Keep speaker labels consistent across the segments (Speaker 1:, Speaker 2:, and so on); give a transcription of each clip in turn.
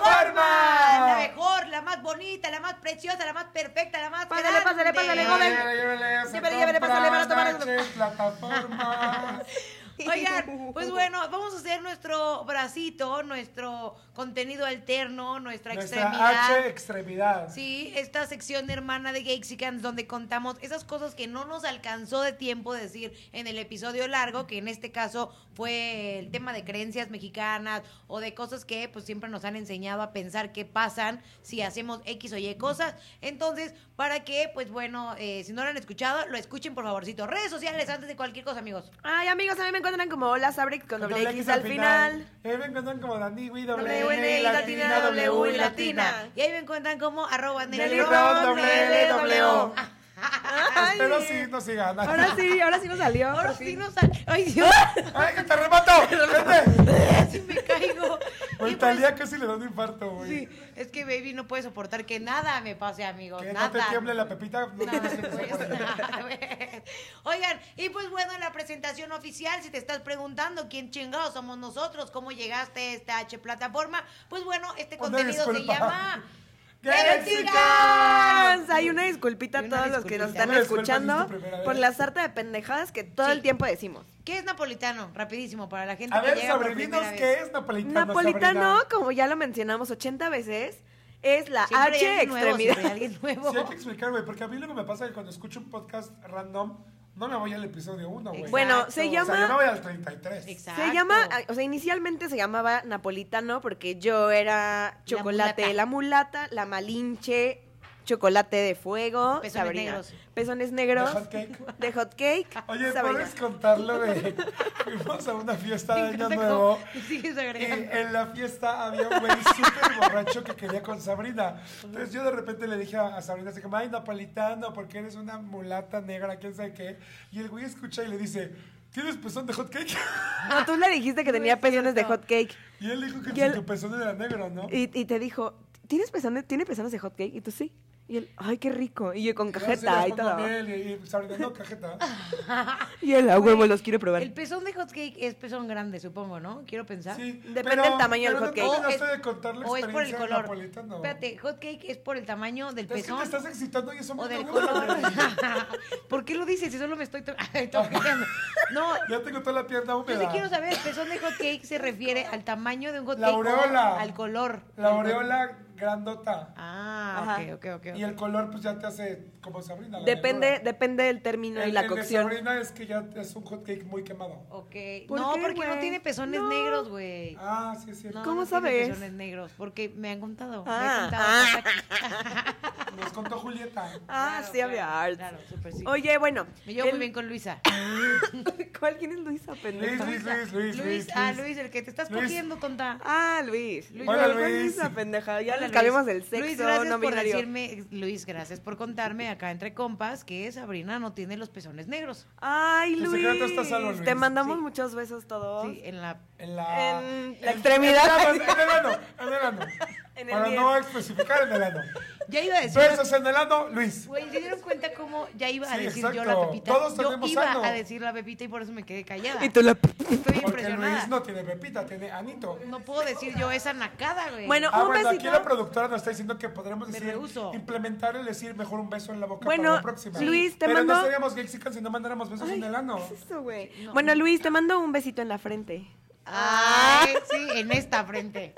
Speaker 1: Norman.
Speaker 2: La mejor, la más bonita, la más preciosa, la más perfecta, la más
Speaker 1: Pásale,
Speaker 2: grande.
Speaker 1: pásale, pásale, joven.
Speaker 2: Oigan,
Speaker 1: Llévele, llévele, pásale, para tomar eso.
Speaker 3: plataformas.
Speaker 2: Oigan, pues bueno, vamos a hacer nuestro bracito, nuestro contenido alterno, nuestra,
Speaker 3: Nuestra
Speaker 2: extremidad.
Speaker 3: H extremidad.
Speaker 2: Sí, esta sección de hermana de Gexicans donde contamos esas cosas que no nos alcanzó de tiempo decir en el episodio largo, que en este caso fue el tema de creencias mexicanas o de cosas que pues siempre nos han enseñado a pensar qué pasan si hacemos X o Y cosas. Entonces, para que, pues bueno, eh, si no lo han escuchado, lo escuchen por favorcito. Redes sociales antes de cualquier cosa, amigos.
Speaker 1: Ay, amigos, a mí me encuentran como Hola Sabrix con doble X al final.
Speaker 3: Ahí Eh, me encuentran como Dandy Wii, doble
Speaker 1: W,
Speaker 3: N,
Speaker 1: N, latina, W,
Speaker 3: W,
Speaker 1: latina.
Speaker 2: Y ahí me encuentran como arroba Nelly
Speaker 3: Nelly
Speaker 2: Ron.
Speaker 3: Ron, doble L, doble O.
Speaker 1: Ay.
Speaker 3: Espero sí nos sigan.
Speaker 1: Ahora sí, ahora sí me salió.
Speaker 2: Ahora
Speaker 1: por
Speaker 2: sí
Speaker 1: fin.
Speaker 2: nos sal- Ay, Dios,
Speaker 3: ¡Ay, que te remato! ¡Vente!
Speaker 2: casi me caigo. Y
Speaker 3: Ahorita
Speaker 2: pues-
Speaker 3: al día casi le da un infarto, güey.
Speaker 2: Sí, es que baby no puede soportar que nada me pase, amigos.
Speaker 3: Que
Speaker 2: nada.
Speaker 3: no te tiemble la pepita. No,
Speaker 2: Nada,
Speaker 3: tienes que
Speaker 2: pues,
Speaker 3: pasar por ahí.
Speaker 2: nada. Oigan, y pues bueno, en la presentación oficial, si te estás preguntando quién chingados somos nosotros, cómo llegaste a esta H plataforma, pues bueno, este
Speaker 3: Una
Speaker 2: contenido se
Speaker 3: disculpa.
Speaker 2: llama
Speaker 3: ¡Gexicans!
Speaker 1: Hay una disculpita a
Speaker 2: Una
Speaker 1: todos los que nos
Speaker 2: disculpita.
Speaker 1: están
Speaker 3: Una disculpa,
Speaker 1: escuchando
Speaker 3: es tu primera vez.
Speaker 1: por la sarta de pendejadas que todo
Speaker 2: Sí.
Speaker 1: el tiempo decimos.
Speaker 2: ¿Qué es napolitano? Rapidísimo, para la gente
Speaker 3: A
Speaker 2: que
Speaker 3: ver,
Speaker 2: llega por
Speaker 3: sobredinos,
Speaker 2: primera
Speaker 3: ¿qué
Speaker 2: vez.
Speaker 3: es napolitano?
Speaker 1: Napolitano,
Speaker 3: Sabrina?
Speaker 1: como ya lo mencionamos 80 veces, es la
Speaker 2: Siempre hay
Speaker 1: H
Speaker 2: alguien nuevo, siempre hay
Speaker 1: extremidad.
Speaker 2: alguien nuevo.
Speaker 3: Sí, hay que explicar, güey, porque a mí lo que me pasa es que cuando escucho un podcast random, no me voy al episodio 1, güey.
Speaker 1: Bueno,
Speaker 2: Exacto.
Speaker 3: o
Speaker 1: se
Speaker 3: sea, yo me
Speaker 1: llama
Speaker 3: voy al 33.
Speaker 2: Exacto.
Speaker 1: se llama, ah, o sea, inicialmente se llamaba Napolitano porque yo era chocolate,
Speaker 2: mulata.
Speaker 1: la mulata, la, malinche, chocolate de fuego,
Speaker 2: Pezones
Speaker 1: Sabrina.
Speaker 2: negros.
Speaker 1: Pezones negros,
Speaker 3: De hot cake.
Speaker 1: de hot cake,
Speaker 3: Oye,
Speaker 1: Sabrina.
Speaker 3: ¿puedes contarlo de... Fuimos a una fiesta de
Speaker 2: Me
Speaker 3: Año
Speaker 2: encanta cómo
Speaker 3: Nuevo. Eh,
Speaker 2: sigues
Speaker 3: Y
Speaker 2: agregando.
Speaker 3: en la fiesta había un güey súper borracho que quería con Sabrina. Entonces yo de repente le dije a a Sabrina, así como, ay, napolitano, porque eres una mulata negra, quién sabe qué. Y el güey escucha y le dice, ¿tienes pezón de hot cake?
Speaker 1: No, tú le dijiste que
Speaker 2: No
Speaker 1: tenía
Speaker 2: es
Speaker 1: pezones de
Speaker 2: cierto.
Speaker 1: hot cake.
Speaker 3: Y él dijo que
Speaker 1: Y
Speaker 3: si
Speaker 1: él-
Speaker 3: tu pezón era negro, ¿no?
Speaker 1: Y, y te dijo, ¿tienes pezones, ¿tiene pezones de hot cake? Y tú sí. Y él, ay, qué rico. Y yo con cajeta y
Speaker 3: Yo así
Speaker 1: todo.
Speaker 3: las pongo en él, y- y Sabrina, no, cajeta.
Speaker 1: Y él, a huevo,
Speaker 2: Güey,
Speaker 1: los quiero probar.
Speaker 2: El pezón de hot cake es pezón grande, supongo, ¿no? Quiero pensar.
Speaker 3: Sí,
Speaker 1: Depende
Speaker 3: pero-
Speaker 1: del tamaño del
Speaker 3: pero
Speaker 1: hot
Speaker 3: no
Speaker 1: cake.
Speaker 3: No terminaste de contar la
Speaker 2: o es por el
Speaker 3: experiencia
Speaker 2: color.
Speaker 3: napolitana.
Speaker 2: Espérate, hot cake es por el tamaño del
Speaker 3: Es que te
Speaker 2: pezón
Speaker 3: estás excitando y eso
Speaker 2: o
Speaker 3: me
Speaker 2: del
Speaker 3: gusta,
Speaker 2: color.
Speaker 3: güey.
Speaker 2: ¿Por qué lo dices? Si solo me estoy to- toqueteando. No,
Speaker 3: Ya tengo toda la pierna
Speaker 2: yo
Speaker 3: húmeda.
Speaker 2: sí quiero saber, el pezón de hot cake se refiere al tamaño de un hot
Speaker 3: La
Speaker 2: cake o
Speaker 3: aureola.
Speaker 2: al color.
Speaker 3: La aureola grandota.
Speaker 2: Ah, ok,
Speaker 1: Ajá.
Speaker 2: ok, ok.
Speaker 3: Y el color, pues ya te hace como Sabrina. la
Speaker 1: Depende,
Speaker 3: negrura.
Speaker 1: depende del término y
Speaker 3: El-
Speaker 1: la
Speaker 3: el
Speaker 1: cocción.
Speaker 3: de Sabrina es que ya es un hot cake muy quemado.
Speaker 2: Ok.
Speaker 1: ¿Por
Speaker 2: no,
Speaker 1: qué,
Speaker 2: porque no
Speaker 1: güey?
Speaker 2: tiene pezones
Speaker 1: No.
Speaker 2: negros, güey.
Speaker 3: Ah, sí, es cierto.
Speaker 2: No,
Speaker 1: ¿Cómo
Speaker 2: no
Speaker 1: sabes?
Speaker 2: Tiene pezones negros, porque me han contado.
Speaker 1: Ah,
Speaker 2: me han contado.
Speaker 3: Nos contó Julieta.
Speaker 1: Ah,
Speaker 2: Claro,
Speaker 1: sí, había
Speaker 2: claro,
Speaker 1: arts.
Speaker 2: claro, súper sí.
Speaker 1: Oye, bueno.
Speaker 2: Me llevo
Speaker 1: el-
Speaker 2: muy bien con Luisa.
Speaker 1: ¿Cuál? ¿Quién es Luisa,
Speaker 3: Luis,
Speaker 1: pendeja?
Speaker 3: Luis, Luis, Luis, Luis.
Speaker 2: ah,
Speaker 3: Luis.
Speaker 2: Luis, el que te estás
Speaker 3: Luis.
Speaker 2: cogiendo, tonta.
Speaker 1: Ah, Luis.
Speaker 2: Luis.
Speaker 1: Yo,
Speaker 3: Hola,
Speaker 1: ¿cuál es
Speaker 3: Luis.
Speaker 1: Luisa, pendeja. Ya
Speaker 2: Hola,
Speaker 1: les cambiamos
Speaker 2: Luis.
Speaker 1: el sexo
Speaker 2: Luis, gracias
Speaker 1: no binario.
Speaker 2: por decirme, Luis, gracias por contarme acá entre compas que Sabrina no tiene los pezones negros.
Speaker 1: Ay,
Speaker 3: Tu
Speaker 1: Luis.
Speaker 3: secreto está salvo,
Speaker 1: Te
Speaker 3: Luis.
Speaker 1: mandamos
Speaker 2: Sí.
Speaker 1: muchos besos todos.
Speaker 2: Sí, en la
Speaker 3: En la,
Speaker 1: En la extremidad.
Speaker 3: En el ano, en el ano, en el ano.
Speaker 1: En el
Speaker 3: Para
Speaker 1: diez.
Speaker 3: no especificar en el ano.
Speaker 2: Ya iba a decir,
Speaker 3: Besos en el ano, Luis.
Speaker 2: güey, ¿se dieron cuenta cómo ya iba a
Speaker 3: Sí,
Speaker 2: decir yo
Speaker 3: exacto.
Speaker 2: la pepita?
Speaker 3: Todos
Speaker 2: yo
Speaker 3: tenemos
Speaker 2: iba
Speaker 3: ano.
Speaker 2: a decir la pepita y por eso me quedé callada.
Speaker 1: Ah. Y tú la...
Speaker 2: Estoy
Speaker 3: Porque
Speaker 2: impresionada.
Speaker 3: Luis
Speaker 2: No...
Speaker 3: no tiene pepita, tiene anito.
Speaker 2: puedo decir yo esa nacada, güey.
Speaker 1: Bueno,
Speaker 3: Ah,
Speaker 1: un
Speaker 3: bueno, aquí
Speaker 1: besito.
Speaker 3: la productora nos está diciendo que podremos
Speaker 2: Me
Speaker 3: decir,
Speaker 2: rehúso.
Speaker 3: implementar el decir mejor un beso en la boca
Speaker 1: Bueno,
Speaker 3: para la próxima.
Speaker 1: Luis, te
Speaker 3: Pero este
Speaker 1: mando-
Speaker 3: no seríamos gexicans si no mandáramos besos
Speaker 1: Ay,
Speaker 3: en el ano.
Speaker 1: ¿qué es eso, güey? Bueno, Luis, te mando un besito en la frente.
Speaker 2: Ay,
Speaker 1: ah.
Speaker 2: sí, en esta frente.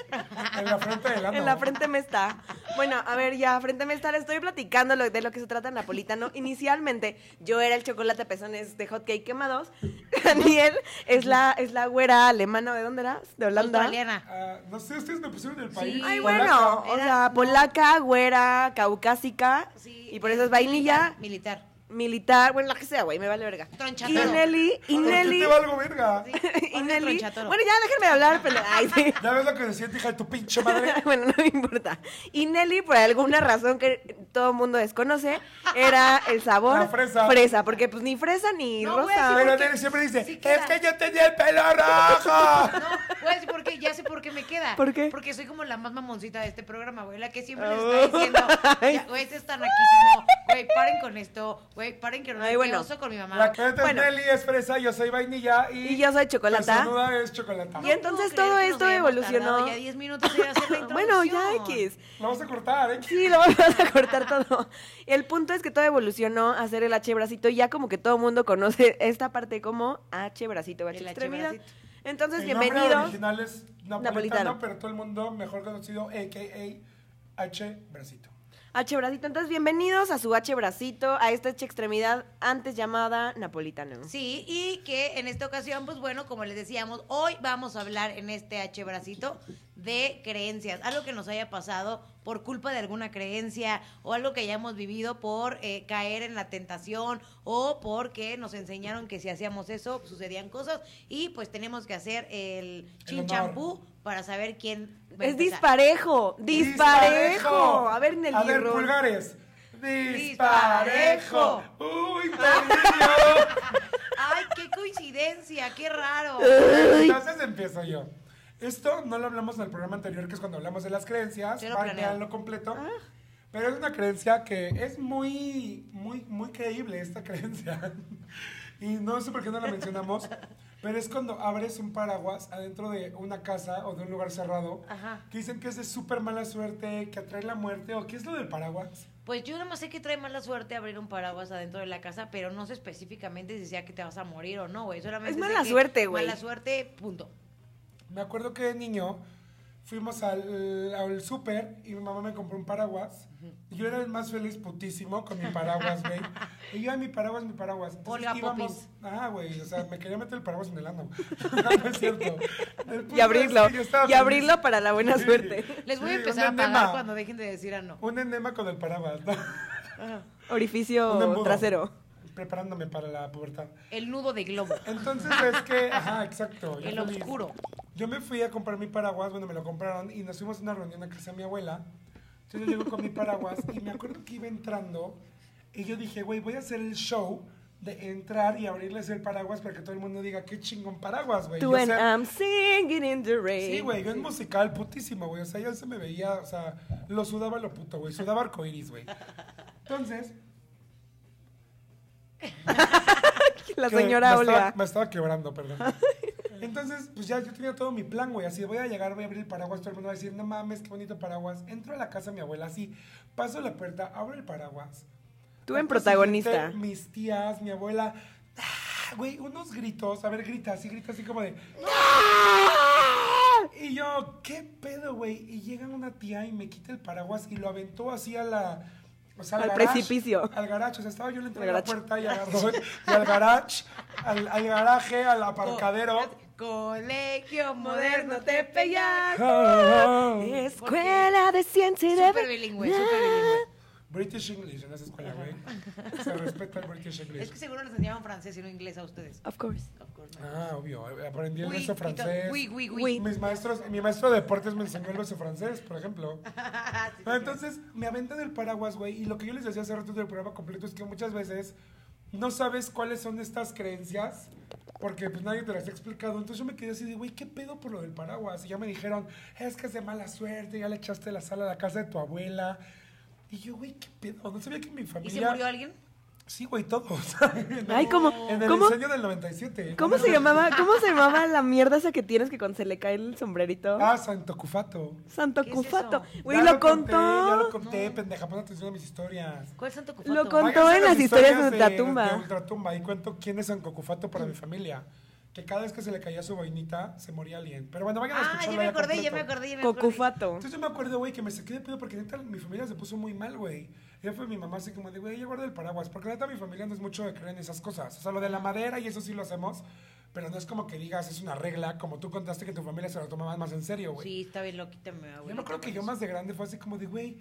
Speaker 3: En la frente del ano.
Speaker 1: En la frente me está. Bueno, a ver, ya, frente me está. Le estoy platicando lo- de lo que se trata Napolitano. Inicialmente, yo era el chocolate pezones de hot cake quemados. Daniel es la, es la güera alemana, ¿de dónde era? De Holanda.
Speaker 2: Australiana.
Speaker 3: Ah, no sé, ustedes me pusieron el país.
Speaker 1: Ay,
Speaker 3: Polaca.
Speaker 1: bueno, o sea, polaca, güera, caucásica.
Speaker 2: Sí,
Speaker 1: y por eso es vainilla,
Speaker 2: Militar.
Speaker 1: militar, bueno, la que sea, güey, me vale verga. Y
Speaker 2: Tronchatero.
Speaker 1: Nelly, y
Speaker 3: ¿Por qué
Speaker 1: Nelly,
Speaker 3: te valgo verga?
Speaker 1: y
Speaker 2: Ponle
Speaker 1: Nelly.
Speaker 2: tronchatoro.
Speaker 1: Bueno, ya déjenme hablar, pero. Ay, sí.
Speaker 3: Ya ves lo que decía, hija de tu pinche madre.
Speaker 1: bueno, no me importa. Y Nelly, por alguna razón que todo el mundo desconoce, era el sabor
Speaker 3: La fresa.
Speaker 1: porque pues ni fresa ni
Speaker 2: No, güey,
Speaker 1: rosa.
Speaker 2: sí,
Speaker 3: Pero
Speaker 2: porque-
Speaker 3: Nelly siempre dice,
Speaker 2: sí
Speaker 3: es
Speaker 2: queda.
Speaker 3: que yo tenía el pelo rojo.
Speaker 2: No, pues porque ya sé por qué me queda.
Speaker 1: ¿Por qué?
Speaker 2: Porque soy como la más mamoncita de este programa, güey. La que siempre les
Speaker 1: Oh.
Speaker 2: está diciendo, ya, güey, este está naquísimo. Güey, paren con esto. Güey, paren que no
Speaker 1: Ay,
Speaker 2: me
Speaker 1: bueno.
Speaker 2: oso con mi mamá.
Speaker 3: La que es de
Speaker 1: Bueno.
Speaker 3: Nelly es fresa, yo soy vainilla y...
Speaker 1: Y yo soy chocolate. chocolata.
Speaker 3: saluda es chocolata.
Speaker 1: Y entonces
Speaker 2: puedo
Speaker 1: todo
Speaker 2: creer que nos
Speaker 1: esto
Speaker 2: hayamos
Speaker 1: evolucionó.
Speaker 2: tardado Ya 10 minutos en hacer la
Speaker 1: Bueno, ya
Speaker 2: introducción.
Speaker 1: X.
Speaker 3: Lo vamos a cortar, ¿eh?
Speaker 1: Sí, lo vamos a cortar todo. El punto es que todo evolucionó a hacer el H bracito y ya como que todo el mundo conoce esta parte como H bracito, H
Speaker 2: El H
Speaker 1: extremidad.
Speaker 2: bracito.
Speaker 1: Entonces,
Speaker 3: El nombre
Speaker 1: bienvenidos.
Speaker 3: original es napolitano,
Speaker 1: Napolitano.
Speaker 3: pero todo el mundo mejor conocido, a.k.a. H. Bracito.
Speaker 1: H bracito. Entonces, bienvenidos a su H bracito, a esta H extremidad antes llamada napolitano.
Speaker 2: Sí, y que en esta ocasión, pues bueno, como les decíamos, hoy vamos a hablar en este H bracito de creencias, algo que nos haya pasado por culpa de alguna creencia o algo que hayamos vivido por eh, caer en la tentación o porque nos enseñaron que si hacíamos eso pues, sucedían cosas y pues tenemos que hacer el chin champú para saber quién va a
Speaker 1: Es
Speaker 2: empezar.
Speaker 1: disparejo, disparejo. A ver, Nelly.
Speaker 3: A ver,
Speaker 1: Ro-
Speaker 3: pulgares.
Speaker 2: Disparejo.
Speaker 3: Disparejo. Uy, Tornillo.
Speaker 2: Ay, qué coincidencia, qué raro.
Speaker 3: Entonces empiezo yo. Esto no lo hablamos en el programa anterior, que es cuando hablamos de las creencias.
Speaker 2: Yo lo
Speaker 3: para
Speaker 2: planeo.
Speaker 3: lo completo.
Speaker 2: Ah.
Speaker 3: Pero es una creencia que es muy, muy, muy creíble esta creencia. Y no sé por qué no la mencionamos, pero es cuando abres un paraguas adentro de una casa o de un lugar cerrado,
Speaker 2: Ajá.
Speaker 3: que dicen que es de súper mala suerte, que atrae la muerte, o qué es lo del paraguas.
Speaker 2: Pues yo nada más sé que trae mala suerte abrir un paraguas adentro de la casa, pero no sé específicamente si sea que te vas a morir o no, güey. Solamente
Speaker 1: Es
Speaker 2: sé
Speaker 1: mala
Speaker 2: que
Speaker 1: suerte, güey.
Speaker 2: Mala suerte, punto.
Speaker 3: Me acuerdo que de niño fuimos al, al súper y mi mamá me compró un paraguas. Y yo era el más feliz putísimo con mi paraguas, güey. Y yo, ay, mi paraguas, mi paraguas.
Speaker 2: Olga
Speaker 3: Ah, güey, o sea, me quería meter el paraguas en el ano. no es cierto. El punto
Speaker 1: Y
Speaker 3: es
Speaker 1: abrirlo.
Speaker 3: que yo estaba
Speaker 1: Y
Speaker 3: feliz.
Speaker 1: abrirlo para la buena
Speaker 3: Sí.
Speaker 1: suerte.
Speaker 2: Les voy a
Speaker 3: Sí,
Speaker 2: empezar a
Speaker 3: un
Speaker 2: pagar
Speaker 3: enema.
Speaker 2: cuando dejen de decir a no.
Speaker 3: Un enema con el paraguas, ¿no? Un
Speaker 1: Orificio
Speaker 3: embudo.
Speaker 1: trasero.
Speaker 3: Preparándome para la pubertad.
Speaker 2: El nudo de globo.
Speaker 3: Entonces es que, ajá, exacto. yo
Speaker 2: El
Speaker 3: feliz.
Speaker 2: oscuro.
Speaker 3: Yo me fui a comprar mi paraguas, bueno, me lo compraron y nos fuimos a una reunión a casa de mi abuela. Entonces yo llego con mi paraguas y me acuerdo que iba entrando y yo dije, güey, voy a hacer el show de entrar y abrirles el paraguas para que todo el mundo diga, qué chingón paraguas, güey.
Speaker 1: Tú
Speaker 3: Yo, o
Speaker 1: and
Speaker 3: sea,
Speaker 1: I'm singing in the rain.
Speaker 3: Sí, güey, yo en musical putísimo, güey. O sea, yo se me veía, o sea, lo sudaba lo puto, güey. Sudaba arcoiris, güey. Entonces,
Speaker 1: La
Speaker 3: que
Speaker 1: señora
Speaker 3: me estaba-
Speaker 1: Olga.
Speaker 3: me estaba quebrando, perdón. Entonces, pues ya yo tenía todo mi plan, güey. Así de, voy a llegar, voy a abrir el paraguas. Todo el mundo va a decir, no mames, qué bonito paraguas. Entro a la casa de mi abuela, así. Paso la puerta, abro el paraguas.
Speaker 1: Tú en
Speaker 3: Al día siguiente,
Speaker 1: protagonista.
Speaker 3: Mis tías, mi abuela. ¡ah! Güey, unos gritos. A ver, grita así, grita así como de. Y yo, ¿qué pedo, güey? Y llega una tía y me quita el paraguas y lo aventó así a la. O sea,
Speaker 1: Al
Speaker 3: garage,
Speaker 1: precipicio.
Speaker 3: Al garacho. O sea, estaba yo le entré a
Speaker 1: Al
Speaker 3: la
Speaker 1: garacho.
Speaker 3: puerta y agarró. y al garage, al, al garaje, al aparcadero.
Speaker 2: Colegio moderno te pegas.
Speaker 1: Oh, Escuela de ciencia y de
Speaker 2: Súper bilingüe, súper bilingüe.
Speaker 3: British English en esa escuela, güey. Se respeta el British
Speaker 2: Es que
Speaker 3: English.
Speaker 2: seguro les enseñaban francés y no inglés a ustedes.
Speaker 1: Ah, Of course.
Speaker 2: Of course not.
Speaker 3: Ah, obvio. Aprendí el
Speaker 2: Oui,
Speaker 3: beso
Speaker 2: y todo.
Speaker 3: francés.
Speaker 2: Oui, oui, oui.
Speaker 1: Oui.
Speaker 3: Mis maestros, mi maestro de deportes me enseñó el beso francés, por ejemplo.
Speaker 2: Ah,
Speaker 3: Pero entonces me aventan el paraguas, güey. Y lo que yo les decía hace rato del programa completo es que muchas veces no sabes cuáles son estas creencias porque pues nadie te las ha explicado. Entonces yo me quedé así de, güey, ¿qué pedo por lo del paraguas? Y ya me dijeron, es que es de mala suerte, ya le echaste la sal a la casa de tu abuela. Y yo, güey, ¿qué pedo? No sabía que mi
Speaker 2: ¿Y
Speaker 3: familia...
Speaker 2: se murió alguien?
Speaker 3: Sí, güey, todos. En
Speaker 1: Ay,
Speaker 3: el-
Speaker 1: ¿cómo-
Speaker 3: En el
Speaker 1: cómo-
Speaker 3: incendio del 97.
Speaker 1: ¿Cómo se llamaba, cómo se llamaba la mierda esa que tienes que cuando se le cae el sombrerito?
Speaker 3: Ah, Santo Cufato.
Speaker 1: Santo
Speaker 2: ¿qué es
Speaker 1: Cufato.
Speaker 2: eso?
Speaker 1: Güey,
Speaker 3: Ya
Speaker 1: lo
Speaker 3: conté, Ya lo
Speaker 1: contó.
Speaker 3: conté, pendeja, pon atención a mis historias.
Speaker 2: ¿Cuál santo
Speaker 1: Lo
Speaker 2: cufato?
Speaker 1: con- Contó
Speaker 3: Váyanse
Speaker 1: en
Speaker 3: a
Speaker 1: las historias de Ultratumba.
Speaker 3: Ultratumba. De, Ultratumba. Y cuento quién es Sancocufato para mi familia. Que cada vez que se le caía su vainita, se moría alguien. Pero bueno, vayan a
Speaker 2: Ah,
Speaker 3: escucharlo.
Speaker 2: ya me acordé, ya
Speaker 3: completo.
Speaker 2: me acordé, ya me acordé.
Speaker 1: Cocufato.
Speaker 3: Entonces yo me acuerdo, güey, que me saqué de pedo porque neta mi familia se puso muy mal, güey. Ya fue mi mamá así como de, güey, yo guardo el paraguas. Porque neta mi familia no es mucho de creer en esas cosas. O sea, lo de la madera y eso sí lo hacemos. Pero no es como que digas, es una regla. Como tú contaste que tu familia se lo tomaba más en serio, güey.
Speaker 2: Sí, está bien loquita mi
Speaker 3: Yo
Speaker 2: abuelita,
Speaker 3: no creo que
Speaker 2: con
Speaker 3: yo
Speaker 2: eso.
Speaker 3: más de grande fue así como de, güey,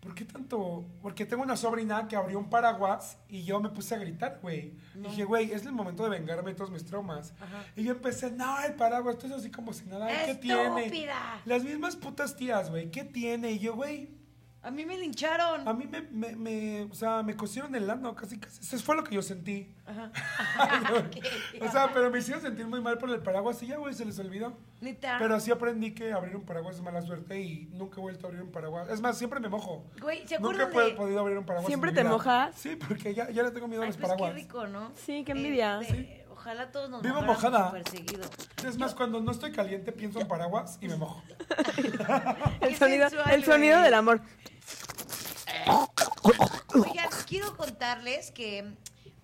Speaker 3: ¿por qué tanto? Porque tengo una sobrina que abrió un paraguas y yo me puse a gritar, güey. Dije, güey, es el momento de vengarme de todos mis traumas. Y yo empecé, no, el paraguas, esto es así como si nada, "Ay, ¿qué tiene?
Speaker 2: ¡Estúpida!
Speaker 3: Las mismas putas tías, güey, ¿qué tiene? Y yo, güey,
Speaker 2: A mí me lincharon.
Speaker 3: a mí me, me, me- o sea, me cosieron el ano, casi, casi. Eso fue lo que yo sentí. o sea, pero me hicieron sentir muy mal por el paraguas y ya, güey, se les olvidó.
Speaker 2: Neta.
Speaker 3: Pero sí aprendí que abrir un paraguas es mala suerte y nunca he vuelto a abrir un paraguas. Es más, siempre me mojo.
Speaker 2: Güey, ¿se
Speaker 3: Nunca
Speaker 2: acuerdan
Speaker 3: he
Speaker 2: de...?
Speaker 3: pod- podido abrir un paraguas. en
Speaker 1: ¿Siempre
Speaker 3: mi
Speaker 1: te
Speaker 3: vida.
Speaker 1: mojas?
Speaker 3: Sí, porque ya, ya le tengo miedo a
Speaker 2: Ay,
Speaker 3: los
Speaker 2: pues qué
Speaker 3: paraguas.
Speaker 2: rico, ¿no?
Speaker 1: Sí, qué envidia.
Speaker 2: Este, Ojalá todos nos
Speaker 3: Vivo
Speaker 2: mojáramos
Speaker 3: mojada.
Speaker 2: súper seguido.
Speaker 3: Es más, cuando no estoy caliente pienso en paraguas y me mojo.
Speaker 2: Qué
Speaker 1: El sonido,
Speaker 2: sensual,
Speaker 1: el sonido
Speaker 2: güey.
Speaker 1: del amor.
Speaker 2: Oigan, quiero contarles que,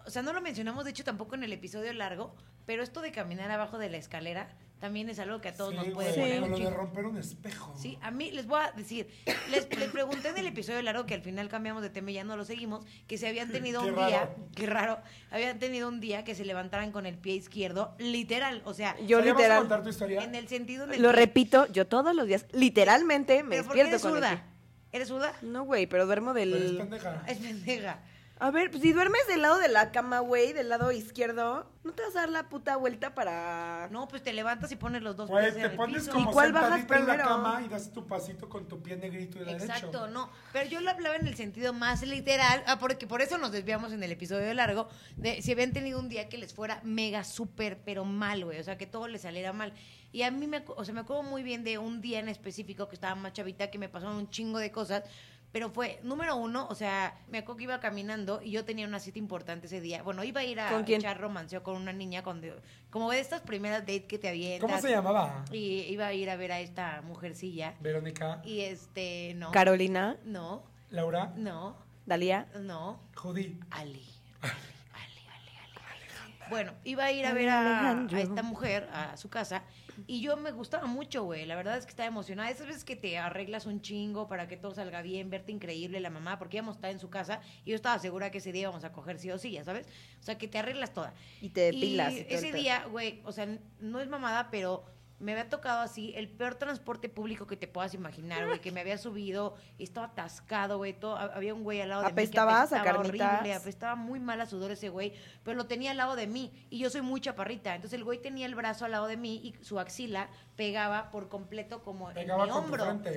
Speaker 2: o sea, no lo mencionamos de hecho tampoco en el episodio largo, pero esto de caminar abajo de la escalera también es algo que a todos nos
Speaker 3: Sí,
Speaker 2: puede
Speaker 3: güey,
Speaker 2: poner
Speaker 3: como
Speaker 2: un
Speaker 3: lo de
Speaker 2: chingo.
Speaker 3: romper un espejo.
Speaker 2: Sí, a mí les voy a decir, les, les pregunté en el episodio largo que al final cambiamos de tema y ya no lo seguimos, que si habían tenido
Speaker 3: Qué
Speaker 2: un
Speaker 3: raro.
Speaker 2: día, qué raro, habían tenido un día que se levantaran con el pie izquierdo, literal, o sea,
Speaker 1: Yo
Speaker 3: O sea, ¿ya vas a
Speaker 1: literal-
Speaker 3: contar tu historia?
Speaker 2: en el sentido de...
Speaker 1: Lo repito, yo todos los días, literalmente, me
Speaker 2: pero ¿por qué
Speaker 1: despierto
Speaker 2: eres
Speaker 1: con el
Speaker 2: zurda? ¿Eres zurda?
Speaker 1: pie. No, güey, pero duermo
Speaker 3: Pero Pues es
Speaker 1: del...
Speaker 3: pendeja.
Speaker 2: Es pendeja.
Speaker 1: A ver, pues, si duermes del lado de la cama, güey, del lado izquierdo, ¿no te vas a dar la puta vuelta para...?
Speaker 2: No, pues te levantas y pones los dos
Speaker 3: Güey,
Speaker 2: pies en
Speaker 3: te
Speaker 2: el
Speaker 3: pones
Speaker 2: piso.
Speaker 3: como
Speaker 1: ¿Y cuál bajas
Speaker 3: sentadita en la
Speaker 1: primero?
Speaker 3: cama y das tu pasito con tu pie negrito y derecho.
Speaker 2: Exacto, no. Pero yo lo hablaba en el sentido más literal, ah, porque por eso nos desviamos en el episodio largo, de si habían tenido un día que les fuera mega súper, pero mal, güey. O sea, que todo les saliera mal. Y a mí me, acu- o sea, me acuerdo muy bien de un día en específico que estaba más chavita, que me pasaron un chingo de cosas. Pero fue, número uno, o sea, me acuerdo que iba caminando y yo tenía una cita importante ese día. Bueno, iba a ir a
Speaker 1: ¿Con quién?
Speaker 2: echar romanceo con una niña, cuando, como de estas primeras dates que te avientas.
Speaker 3: ¿Cómo se llamaba?
Speaker 2: Y iba a ir a ver a esta mujercilla.
Speaker 3: Verónica,
Speaker 2: Y este, no.
Speaker 1: Carolina,
Speaker 2: No,
Speaker 3: Laura,
Speaker 2: no,
Speaker 1: Dalia,
Speaker 2: no.
Speaker 3: Judy.
Speaker 2: Ali. Ali, Ali, Ali, Ali. Bueno, iba a ir a ver a,
Speaker 1: Alejandro.
Speaker 2: a esta mujer a su casa y yo me gustaba mucho, güey. La verdad es que estaba emocionada. Esas veces que te arreglas un chingo para que todo salga bien, verte increíble la mamá, porque íbamos a estar en su casa y yo estaba segura que ese día íbamos a coger sí o sí, ya sabes. O sea, que te arreglas toda.
Speaker 1: y te depilas.
Speaker 2: Y
Speaker 1: todo el
Speaker 2: ese
Speaker 1: pedo.
Speaker 2: día, güey, o sea, n- no es mamada, pero me había tocado así el peor transporte público que te puedas imaginar, güey, que me había subido, estaba atascado, güey, todo, ha- había un güey al lado de
Speaker 1: Apestabas
Speaker 2: mí
Speaker 1: a
Speaker 2: que apestaba
Speaker 1: carnitas.
Speaker 2: horrible, apestaba muy mal a sudor ese güey, pero lo tenía al lado de mí y yo soy muy chaparrita, entonces el güey tenía el brazo al lado de mí y su axila pegaba por completo como
Speaker 3: Pegaba
Speaker 2: en mi
Speaker 3: con tu
Speaker 2: hombro.
Speaker 3: frente.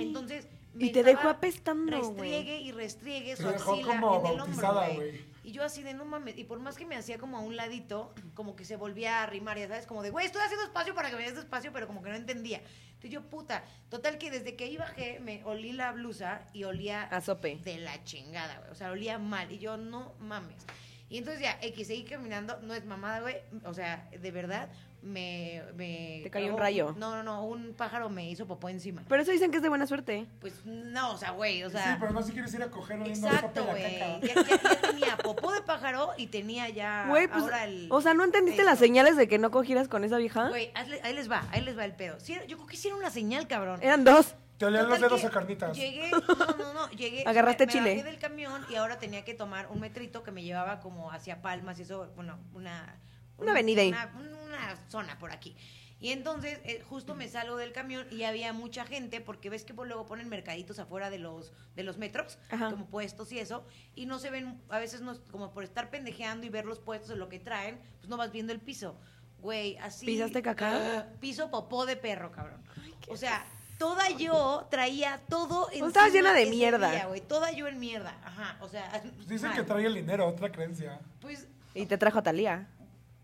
Speaker 2: Entonces me
Speaker 1: Y te
Speaker 2: estaba
Speaker 1: dejó apestando, güey.
Speaker 2: Restriegue y restriegue
Speaker 3: Te
Speaker 2: su
Speaker 3: dejó
Speaker 2: axila
Speaker 3: como
Speaker 2: en el hombro,
Speaker 3: bautizada,
Speaker 2: güey.
Speaker 3: güey.
Speaker 2: Y yo así de no mames, y por más que me hacía como a un ladito, como que se volvía a arrimar, ya sabes, como de, güey, estoy haciendo espacio para que me des espacio, pero como que no entendía. Entonces yo, puta, total que desde que ahí bajé, me olí la blusa y olía
Speaker 1: A sope.
Speaker 2: de la chingada, güey. O sea, olía mal. Y yo, no mames. Y entonces ya, X, seguí caminando, no es mamada, güey. O sea, de verdad, me. me
Speaker 1: Te cayó un
Speaker 2: clavó-
Speaker 1: rayo.
Speaker 2: No, no, no, un pájaro me hizo popó encima.
Speaker 1: Pero eso dicen que es de buena suerte.
Speaker 2: Pues no, o sea, güey, o
Speaker 3: sí,
Speaker 2: sea.
Speaker 3: pero no si quieres ir a coger oliendo a sopa
Speaker 2: Exacto,
Speaker 3: de la
Speaker 2: güey. Ya,
Speaker 3: caca.
Speaker 2: ya- ya tenía popó de pájaro y tenía ya.
Speaker 1: Güey, pues,
Speaker 2: ahora el,
Speaker 1: o sea, ¿no entendiste
Speaker 2: esto.
Speaker 1: las señales de que no cogieras con esa vieja?
Speaker 2: Güey, hazle- ahí les va, ahí les va el pedo. Sí, yo creo que hicieron una señal, cabrón.
Speaker 1: Eran dos.
Speaker 3: Te olían los
Speaker 2: Total
Speaker 3: dedos
Speaker 2: que
Speaker 3: a carnitas.
Speaker 2: Llegué, no, no, no, llegué.
Speaker 1: Agarraste
Speaker 2: me-
Speaker 1: chile.
Speaker 2: Me bajé del camión y ahora tenía que tomar un metrito que me llevaba como hacia Palmas y eso, bueno, una...
Speaker 1: Una avenida ahí.
Speaker 2: Una, una zona por aquí. Y entonces eh, justo me salgo del camión y había mucha gente porque ves que pues, luego ponen mercaditos afuera de los de los metros,
Speaker 1: Ajá.
Speaker 2: como puestos y eso, y no se ven, a veces no, es- como por estar pendejeando y ver los puestos o lo que traen, pues no vas viendo el piso. Güey, así.
Speaker 1: ¿Pisaste caca?
Speaker 2: Piso popó de perro, cabrón. o sea, toda yo traía todo en
Speaker 1: estabas llena de mierda.
Speaker 2: toda yo en mierda. Ajá, o sea,
Speaker 3: Pues Dicen
Speaker 2: mal.
Speaker 3: que trae el dinero, otra creencia.
Speaker 2: pues
Speaker 1: Y te trajo Talía.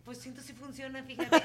Speaker 2: pues siento si funciona, fíjate.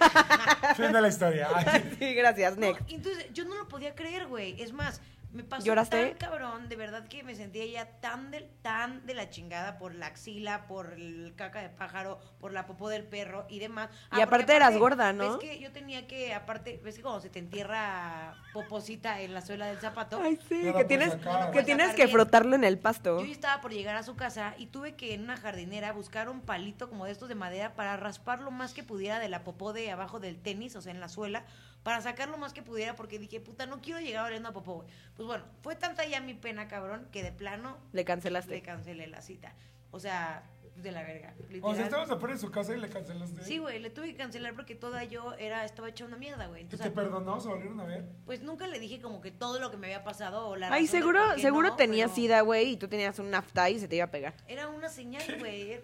Speaker 3: Fin de la historia. Ay,
Speaker 1: sí, gracias,
Speaker 2: No,
Speaker 1: Nick.
Speaker 2: entonces, yo no lo podía creer, güey. Es más, me pasó
Speaker 1: ¿Lloraste?
Speaker 2: tan cabrón, de verdad que me sentía ya tan de, tan de la chingada por la axila, por el caca de pájaro, por la popó del perro y demás. Ah,
Speaker 1: Y
Speaker 2: porque
Speaker 1: aparte eras gorda, ¿no?
Speaker 2: Ves que yo tenía que, aparte, ves que cuando se te entierra poposita en la suela del zapato,
Speaker 1: Ay, sí,
Speaker 3: No la
Speaker 1: que
Speaker 3: puedes
Speaker 1: tienes,
Speaker 3: sacar. No la
Speaker 1: que,
Speaker 2: puedes
Speaker 1: tienes
Speaker 2: sacar
Speaker 1: que
Speaker 2: bien.
Speaker 1: frotarlo en el pasto.
Speaker 2: Yo ya estaba por llegar a su casa y tuve que en una jardinera buscar un palito como de estos de madera para raspar lo más que pudiera de la popó de abajo del tenis, o sea, en la suela, para sacar lo más que pudiera porque dije, puta, no quiero llegar oliendo a popó, güey. Pues bueno, fue tanta ya mi pena, cabrón, que de plano
Speaker 1: Le
Speaker 2: le
Speaker 1: cancelaste.
Speaker 2: cancelé la cita. O sea, de la verga.
Speaker 3: O sea,
Speaker 2: literal.
Speaker 3: estabas afuera de su casa y le cancelaste.
Speaker 2: Sí, güey, le tuve que cancelar porque toda yo era estaba hecha una mierda, güey.
Speaker 3: ¿Y
Speaker 2: Entonces,
Speaker 3: ¿Te perdonó? ¿Se volvieron a ver?
Speaker 2: pues nunca le dije como que todo lo que me había pasado o la
Speaker 1: Ay,
Speaker 2: razón de
Speaker 1: seguro,
Speaker 2: por qué
Speaker 1: seguro
Speaker 2: no,
Speaker 1: tenías
Speaker 2: pero-
Speaker 1: sida, güey, y tú tenías un nafta y se te iba a pegar.
Speaker 2: Era una señal, güey.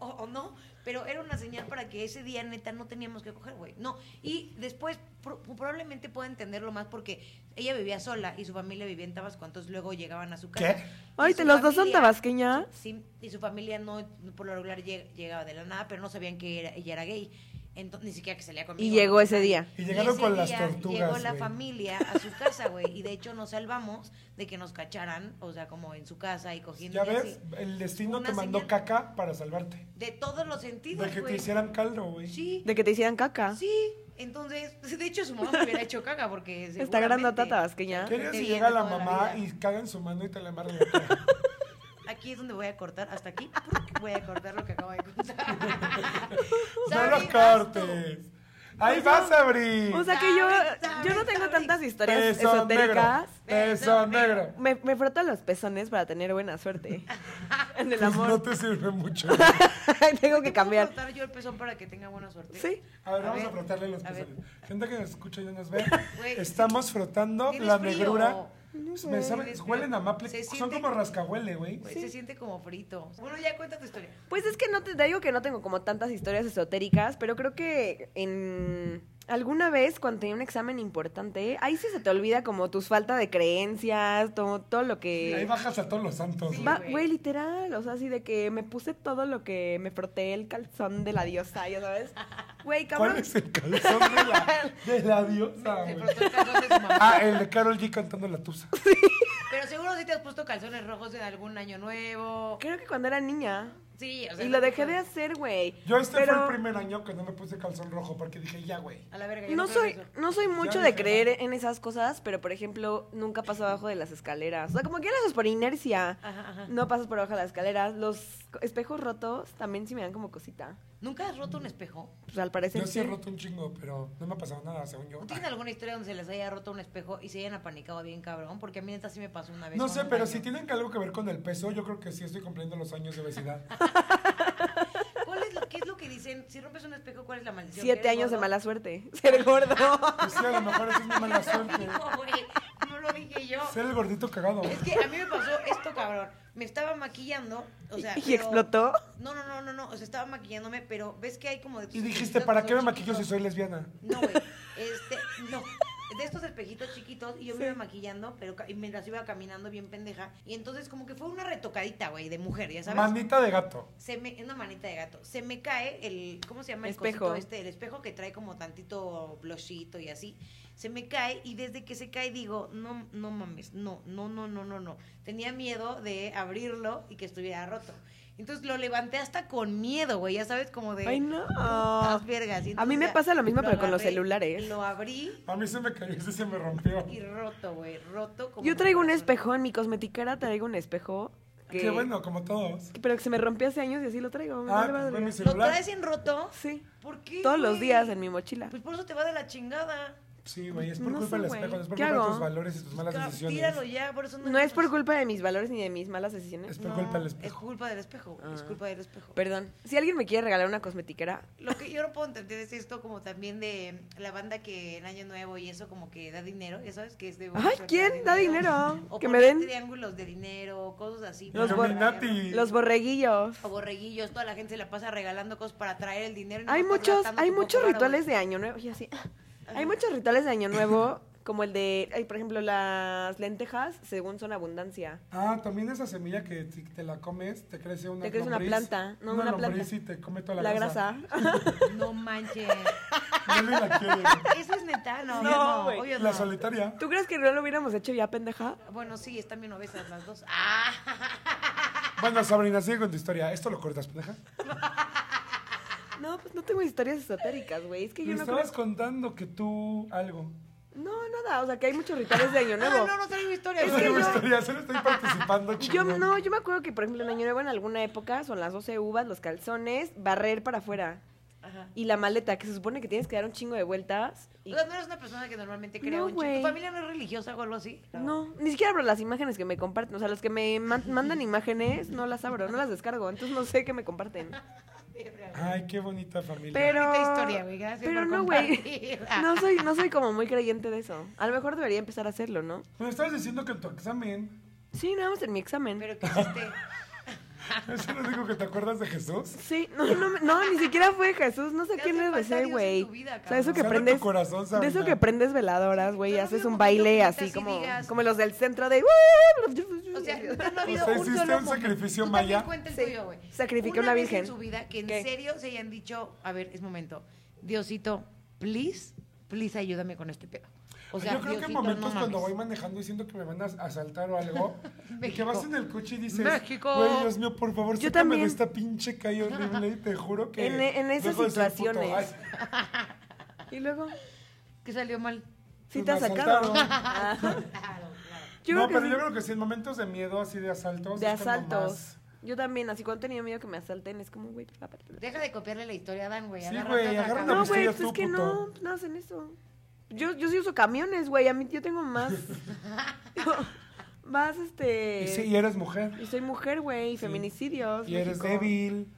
Speaker 2: O, o no, pero era una señal para que ese día neta no teníamos que coger, güey. No, y después pro- probablemente pueda entenderlo más porque ella vivía sola y su familia vivía en Tabasco, entonces luego llegaban a su casa.
Speaker 3: ¿Qué?
Speaker 1: Ay,
Speaker 2: Y su
Speaker 1: ¿te- los dos son
Speaker 2: familia-
Speaker 1: tabasqueñas?
Speaker 2: Sí, y su familia no, por lo regular lle- llegaba de la nada, pero no sabían que era- ella era gay. Entonces, ni siquiera que salía conmigo.
Speaker 1: Y llegó ese día.
Speaker 3: Y llegaron
Speaker 2: ese
Speaker 3: con las
Speaker 2: día
Speaker 3: tortugas.
Speaker 2: Llegó la
Speaker 3: güey.
Speaker 2: familia a su casa, güey. Y de hecho nos salvamos de que nos cacharan, o sea, como en su casa y cogiendo.
Speaker 3: Ya
Speaker 2: y
Speaker 3: ves,
Speaker 2: así.
Speaker 3: el destino
Speaker 2: Una
Speaker 3: te mandó
Speaker 2: señal.
Speaker 3: caca para salvarte.
Speaker 2: De todos los sentidos,
Speaker 3: De que te
Speaker 2: güey.
Speaker 3: hicieran caldo, güey.
Speaker 2: Sí,
Speaker 1: De que te hicieran
Speaker 3: ah.
Speaker 1: caca.
Speaker 2: sí. Entonces, de hecho su mamá me hubiera hecho caca porque
Speaker 1: Está grandota
Speaker 2: seguramente-
Speaker 1: Tabasqueña.
Speaker 3: ¿Qué harías
Speaker 2: Te
Speaker 3: si
Speaker 2: viene
Speaker 3: llega la
Speaker 2: toda la
Speaker 3: mamá
Speaker 2: vida.
Speaker 3: y caga en su mano y te la embarra en la cara?
Speaker 2: Aquí es donde voy a cortar, hasta aquí porque voy a cortar lo que acabo de contar.
Speaker 3: ¡No
Speaker 2: Sabri,
Speaker 3: lo
Speaker 2: vas
Speaker 3: cortes!
Speaker 2: tú.
Speaker 3: ¡Ahí
Speaker 1: Pues
Speaker 3: vas,
Speaker 1: no.
Speaker 3: Abri!
Speaker 1: O sea que yo,
Speaker 2: Sabe, sabe,
Speaker 1: yo no tengo
Speaker 2: sabe.
Speaker 1: tantas historias
Speaker 3: Peso negro.
Speaker 1: esotéricas.
Speaker 3: Peso
Speaker 2: Peso
Speaker 3: negro.
Speaker 1: Me, me froto los pezones para tener buena suerte. En el
Speaker 3: Pues no
Speaker 1: amor.
Speaker 3: te sirve mucho.
Speaker 1: tengo que
Speaker 2: ¿Te puedo
Speaker 1: cambiar.
Speaker 2: cortar yo el pezón para que tenga buena suerte?
Speaker 1: Sí.
Speaker 3: A ver, vamos a
Speaker 2: ver,
Speaker 3: frotarle los
Speaker 2: a ver.
Speaker 3: pezones. Gente que nos escucha y no nos ve,
Speaker 2: Güey.
Speaker 3: estamos frotando
Speaker 2: ¿Tienes
Speaker 3: la
Speaker 2: frío?
Speaker 3: negrura. Pues
Speaker 1: No,
Speaker 3: Me
Speaker 1: güey.
Speaker 3: saben-
Speaker 2: ¿Tienes frío?
Speaker 3: huelen a maple.
Speaker 2: Se
Speaker 3: Son
Speaker 2: siente- Pues
Speaker 3: como rascahuele, güey.
Speaker 2: Güey, Se siente como frito. Bueno, ya cuenta tu historia.
Speaker 1: Pues es que no te, te digo que no tengo como tantas historias esotéricas, pero creo que en alguna vez cuando tenía un examen importante, ahí sí se te olvida como tus falta de creencias, todo, todo lo
Speaker 3: Ahí
Speaker 1: que.
Speaker 3: bajas a todos los santos.
Speaker 2: Sí.
Speaker 3: güey.
Speaker 1: Va,
Speaker 2: güey.
Speaker 1: güey, literal, o sea, así de que me puse todo lo que me froté el calzón de la diosa, ya sabes. Güey,
Speaker 3: ¿Cuál
Speaker 1: cabrón.
Speaker 3: es el calzón de la, de la diosa,
Speaker 2: Se
Speaker 3: Ah, güey?
Speaker 2: frotó el calzón de su mamá.
Speaker 3: Ah, el de Carol G cantando la tusa.
Speaker 2: Pero seguro sí te has puesto calzones rojos en algún año nuevo.
Speaker 1: Creo que cuando era niña.
Speaker 2: Sí, o sea.
Speaker 1: Y lo
Speaker 2: no-
Speaker 1: dejé de hacer, güey.
Speaker 3: Yo este
Speaker 1: Pero
Speaker 3: fue el primer año que no me puse calzón rojo porque dije, ya, güey.
Speaker 2: A la verga. yo
Speaker 1: No
Speaker 2: creo
Speaker 1: soy,
Speaker 2: en eso.
Speaker 1: no soy mucho
Speaker 3: dije,
Speaker 1: de creer en esas cosas, pero por ejemplo, nunca paso abajo de las escaleras. O sea, como que lo haces por inercia.
Speaker 2: Ajá, ajá.
Speaker 1: No pasas por abajo de las escaleras. Los espejos rotos también sí me dan como cosita.
Speaker 2: ¿Nunca has roto un espejo?
Speaker 1: Pues al parecer.
Speaker 3: Yo sí he
Speaker 1: sí.
Speaker 3: roto un chingo, pero no me ha pasado nada, según yo.
Speaker 2: ¿No tienen alguna historia donde se les haya roto un espejo y se hayan apanicado bien cabrón? Porque a mí neta sí me pasó una vez.
Speaker 3: No
Speaker 2: con
Speaker 3: sé,
Speaker 2: un
Speaker 3: pero
Speaker 2: año.
Speaker 3: si tienen algo que ver con el peso, yo creo que sí estoy cumpliendo los años de obesidad.
Speaker 2: ¿Cuál es lo, ¿Qué es lo que dicen? Si rompes un espejo, ¿cuál es la maldición?
Speaker 1: Siete
Speaker 2: ¿Que eres
Speaker 1: años
Speaker 2: gordo?
Speaker 1: de
Speaker 2: Ah,
Speaker 1: mala suerte. Ser gordo.
Speaker 3: Pues sí, a lo mejor eso es mi mala suerte.
Speaker 2: No, güey, no lo dije yo.
Speaker 3: Ser el gordito cagado.
Speaker 2: Es que a mí me pasó esto, cabrón. Me estaba maquillando, o sea...
Speaker 1: y
Speaker 2: pero-
Speaker 1: explotó.
Speaker 2: No, no, no, no, no. O sea, estaba maquillándome, pero ves que hay como... de estos
Speaker 3: Y dijiste,
Speaker 2: espejitos
Speaker 3: ¿para
Speaker 2: que
Speaker 3: qué me
Speaker 2: son
Speaker 3: maquillo si
Speaker 2: chiquitos"?
Speaker 3: soy lesbiana?
Speaker 2: No, güey. Este, no. De estos espejitos chiquitos y yo me iba maquillando, pero ca- y mientras iba caminando bien pendeja. Y entonces como que fue una retocadita, güey, de mujer, ya sabes.
Speaker 3: Manita de gato.
Speaker 2: se me, una manita de gato. Se me cae el, ¿cómo se llama el
Speaker 1: Espejo.
Speaker 2: cosito este? El espejo que trae como tantito blushito y así. Se me cae y desde que se cae digo, no, no mames, no, no, no, no, no, no. Tenía miedo de abrirlo y que estuviera roto. Entonces lo levanté hasta con miedo, güey, ya sabes, como de...
Speaker 1: Ay, no.
Speaker 2: putas vergas. Y
Speaker 1: A mí
Speaker 2: entonces
Speaker 1: me
Speaker 2: ya
Speaker 1: pasa lo mismo, pero con los
Speaker 2: agarré,
Speaker 1: celulares.
Speaker 2: Lo abrí
Speaker 3: A mí se me cayó, ese se me rompió.
Speaker 2: y roto, güey, roto como...
Speaker 1: Yo traigo un
Speaker 2: corazón.
Speaker 1: espejo en mi cosmetiquera, traigo un espejo. Que,
Speaker 3: Qué bueno, como todos.
Speaker 1: Pero que se me rompió hace años y así lo traigo. me
Speaker 3: Ah,
Speaker 1: vale
Speaker 3: pues fue
Speaker 1: madre.
Speaker 3: mi
Speaker 2: ¿Lo
Speaker 3: celular.
Speaker 2: traes en roto?
Speaker 1: Sí.
Speaker 2: ¿Por qué?
Speaker 1: Todos los
Speaker 2: güey?
Speaker 1: días en mi mochila.
Speaker 2: Pues por eso te va de la chingada.
Speaker 3: Sí, güey, es por
Speaker 1: No
Speaker 3: culpa
Speaker 1: sé,
Speaker 3: del
Speaker 1: güey.
Speaker 3: espejo, no es por
Speaker 1: ¿Qué
Speaker 3: culpa de
Speaker 1: hago?
Speaker 3: tus valores y tus malas
Speaker 2: Claro,
Speaker 3: decisiones.
Speaker 2: Tíralo ya, por eso no.
Speaker 1: No es por culpa de mis valores ni de mis malas
Speaker 3: Es
Speaker 1: decisiones.
Speaker 3: por
Speaker 2: No,
Speaker 3: culpa del
Speaker 2: Es
Speaker 3: espejo.
Speaker 2: culpa del espejo, es
Speaker 1: Ah.
Speaker 2: culpa del espejo.
Speaker 1: Perdón. Si alguien me quiere regalar una cosmetiquera,
Speaker 2: Lo que yo no puedo entender es esto como también de la banda que en Año Nuevo y eso como que da dinero, ya sabes que es de... buena
Speaker 1: Ay,
Speaker 2: suerte,
Speaker 1: ¿quién da dinero?
Speaker 2: O
Speaker 1: Que me
Speaker 2: poner
Speaker 1: den.
Speaker 2: triángulos de dinero, cosas así.
Speaker 1: Los
Speaker 2: para
Speaker 3: Illuminati.
Speaker 2: regalar.
Speaker 1: los borreguillos.
Speaker 2: O borreguillos, toda la gente se la pasa regalando cosas para traer el dinero. y
Speaker 1: Hay
Speaker 2: nosotros
Speaker 1: muchos,
Speaker 2: gastando
Speaker 1: hay
Speaker 2: como
Speaker 1: muchos
Speaker 2: raros.
Speaker 1: rituales de año nuevo. y así. Hay muchos rituales de año nuevo, como el de, ay, por ejemplo, las lentejas, según son abundancia.
Speaker 3: Ah, también esa semilla que si te la comes, te crece una
Speaker 1: Te crece una
Speaker 3: lombriz,
Speaker 1: planta, no, una planta.
Speaker 3: lombriz y te come toda la,
Speaker 1: La grasa.
Speaker 2: No manches.
Speaker 3: No le la quiere.
Speaker 2: Eso es neta, no.
Speaker 1: No,
Speaker 2: obvio no,
Speaker 1: güey.
Speaker 2: obvio
Speaker 3: La
Speaker 2: no.
Speaker 3: solitaria.
Speaker 1: ¿Tú crees que no lo hubiéramos hecho ya, pendeja?
Speaker 2: Bueno, sí, están bien obesas las dos. Ah,
Speaker 3: Bueno, Sabrina, sigue con tu historia. Esto lo cortas, pendeja.
Speaker 1: No, pues no tengo historias esotéricas, güey. Es que
Speaker 3: Me
Speaker 1: yo no
Speaker 3: estabas
Speaker 1: creo-
Speaker 3: contando que tú algo.
Speaker 1: No, nada. O sea, que hay muchos rituales de año nuevo.
Speaker 2: Ah, no, no traigo historia.
Speaker 1: Es
Speaker 3: No
Speaker 1: que
Speaker 3: tengo
Speaker 1: yo-
Speaker 3: historia, solo estoy participando,
Speaker 1: Este Yo
Speaker 3: chingón.
Speaker 1: no, yo me acuerdo que, por ejemplo, en Año Nuevo en alguna época son las 12 uvas, los calzones, barrer para afuera.
Speaker 2: Ajá.
Speaker 1: Y la maleta, que se supone que tienes que dar un chingo de vueltas. y-
Speaker 2: O sea, no eres una persona que normalmente crea
Speaker 1: No,
Speaker 2: un chingo.
Speaker 1: güey.
Speaker 2: ¿Tu familia no es religiosa o algo así?
Speaker 1: No, ni siquiera abro las imágenes que me comparten. O sea, los que me man- mandan imágenes, no las abro, no las descargo. Entonces no sé qué me comparten.
Speaker 3: Ay, qué bonita familia.
Speaker 1: Pero.
Speaker 2: Bonita historia, güey, gracias
Speaker 1: Pero
Speaker 2: por
Speaker 1: no, güey.
Speaker 2: compartirla.
Speaker 1: No soy, no soy como muy creyente de eso. A lo mejor debería empezar a hacerlo, ¿no?
Speaker 3: Me estabas diciendo que en tu examen.
Speaker 1: Sí, nada más en mi examen.
Speaker 2: Pero que hiciste.
Speaker 3: Eso no digo que te acuerdas de Jesús.
Speaker 1: Sí, no, no, me- no, ni siquiera fue Jesús, no sé
Speaker 2: Te
Speaker 1: quién
Speaker 2: hacen
Speaker 1: le besé,
Speaker 2: faltarios en
Speaker 1: güey.
Speaker 2: tu vida,
Speaker 1: O sea,
Speaker 2: cabrón.
Speaker 1: eso que
Speaker 3: Sale tu
Speaker 1: prendes,
Speaker 3: corazón,
Speaker 1: de eso
Speaker 3: Sabrina.
Speaker 1: que prendes veladoras, güey, y
Speaker 2: Yo no
Speaker 1: haces
Speaker 2: veo
Speaker 1: un
Speaker 2: un poquito que
Speaker 1: baile
Speaker 2: ahorita
Speaker 1: así
Speaker 2: sí
Speaker 1: como,
Speaker 2: digas-
Speaker 1: como los del centro de.
Speaker 2: O sea, neta, no ha habido
Speaker 3: O sea,
Speaker 2: un
Speaker 3: ¿hiciste
Speaker 2: solo
Speaker 3: un
Speaker 2: momento-
Speaker 3: sacrificio
Speaker 2: Tú
Speaker 3: maya?
Speaker 2: también cuenta el
Speaker 1: Sí.
Speaker 2: tuyo, güey.
Speaker 1: Sacrifiqué a una
Speaker 2: vez
Speaker 1: virgen.
Speaker 2: en su vida que en
Speaker 1: ¿Qué?
Speaker 2: serio se hayan dicho, a ver, es momento. Diosito, please, please ayúdame con este pedo. O sea,
Speaker 3: yo creo que en
Speaker 2: Diosito, no
Speaker 3: momentos
Speaker 2: mames.
Speaker 3: cuando voy manejando y siento que me van a asaltar o algo, y que
Speaker 2: México.
Speaker 3: vas en el coche y dices,
Speaker 2: México.
Speaker 3: güey, Dios mío, por favor,
Speaker 1: Yo
Speaker 3: sácame
Speaker 1: también.
Speaker 3: de esta pinche calle horrible y te juro que...
Speaker 1: En- e-, en esas
Speaker 3: dejo de ser puto".
Speaker 1: situaciones.
Speaker 3: Ay,
Speaker 1: Y luego,
Speaker 2: ¿Qué salió mal?
Speaker 1: sí
Speaker 3: Pues
Speaker 1: te ha
Speaker 3: me
Speaker 1: sacado.
Speaker 3: asaltaron.
Speaker 1: Ajá.
Speaker 2: Claro, claro.
Speaker 1: Yo
Speaker 3: no,
Speaker 1: creo
Speaker 3: pero
Speaker 1: que
Speaker 3: yo
Speaker 1: sí,
Speaker 3: creo que sí, en momentos de miedo, así de asaltos.
Speaker 1: de
Speaker 3: es cuando
Speaker 1: asaltos.
Speaker 3: más-
Speaker 1: Yo también, así cuando he tenido miedo que me asalten, es como, güey, aparte.
Speaker 2: Deja de copiarle la historia a Dan, güey.
Speaker 3: Sí,
Speaker 2: Agarra
Speaker 3: güey,
Speaker 2: otra
Speaker 3: agarra
Speaker 2: cabrón.
Speaker 1: No,
Speaker 3: una
Speaker 1: güey,
Speaker 3: pistola
Speaker 1: pues es
Speaker 3: tú,
Speaker 1: que no, no hacen eso. Yo, yo sí uso camiones, güey. A mí yo tengo más. Vas, este.
Speaker 3: Y sí, y eres mujer.
Speaker 1: Y soy mujer, güey. y Feminicidios.
Speaker 3: Y eres
Speaker 1: México.
Speaker 3: débil.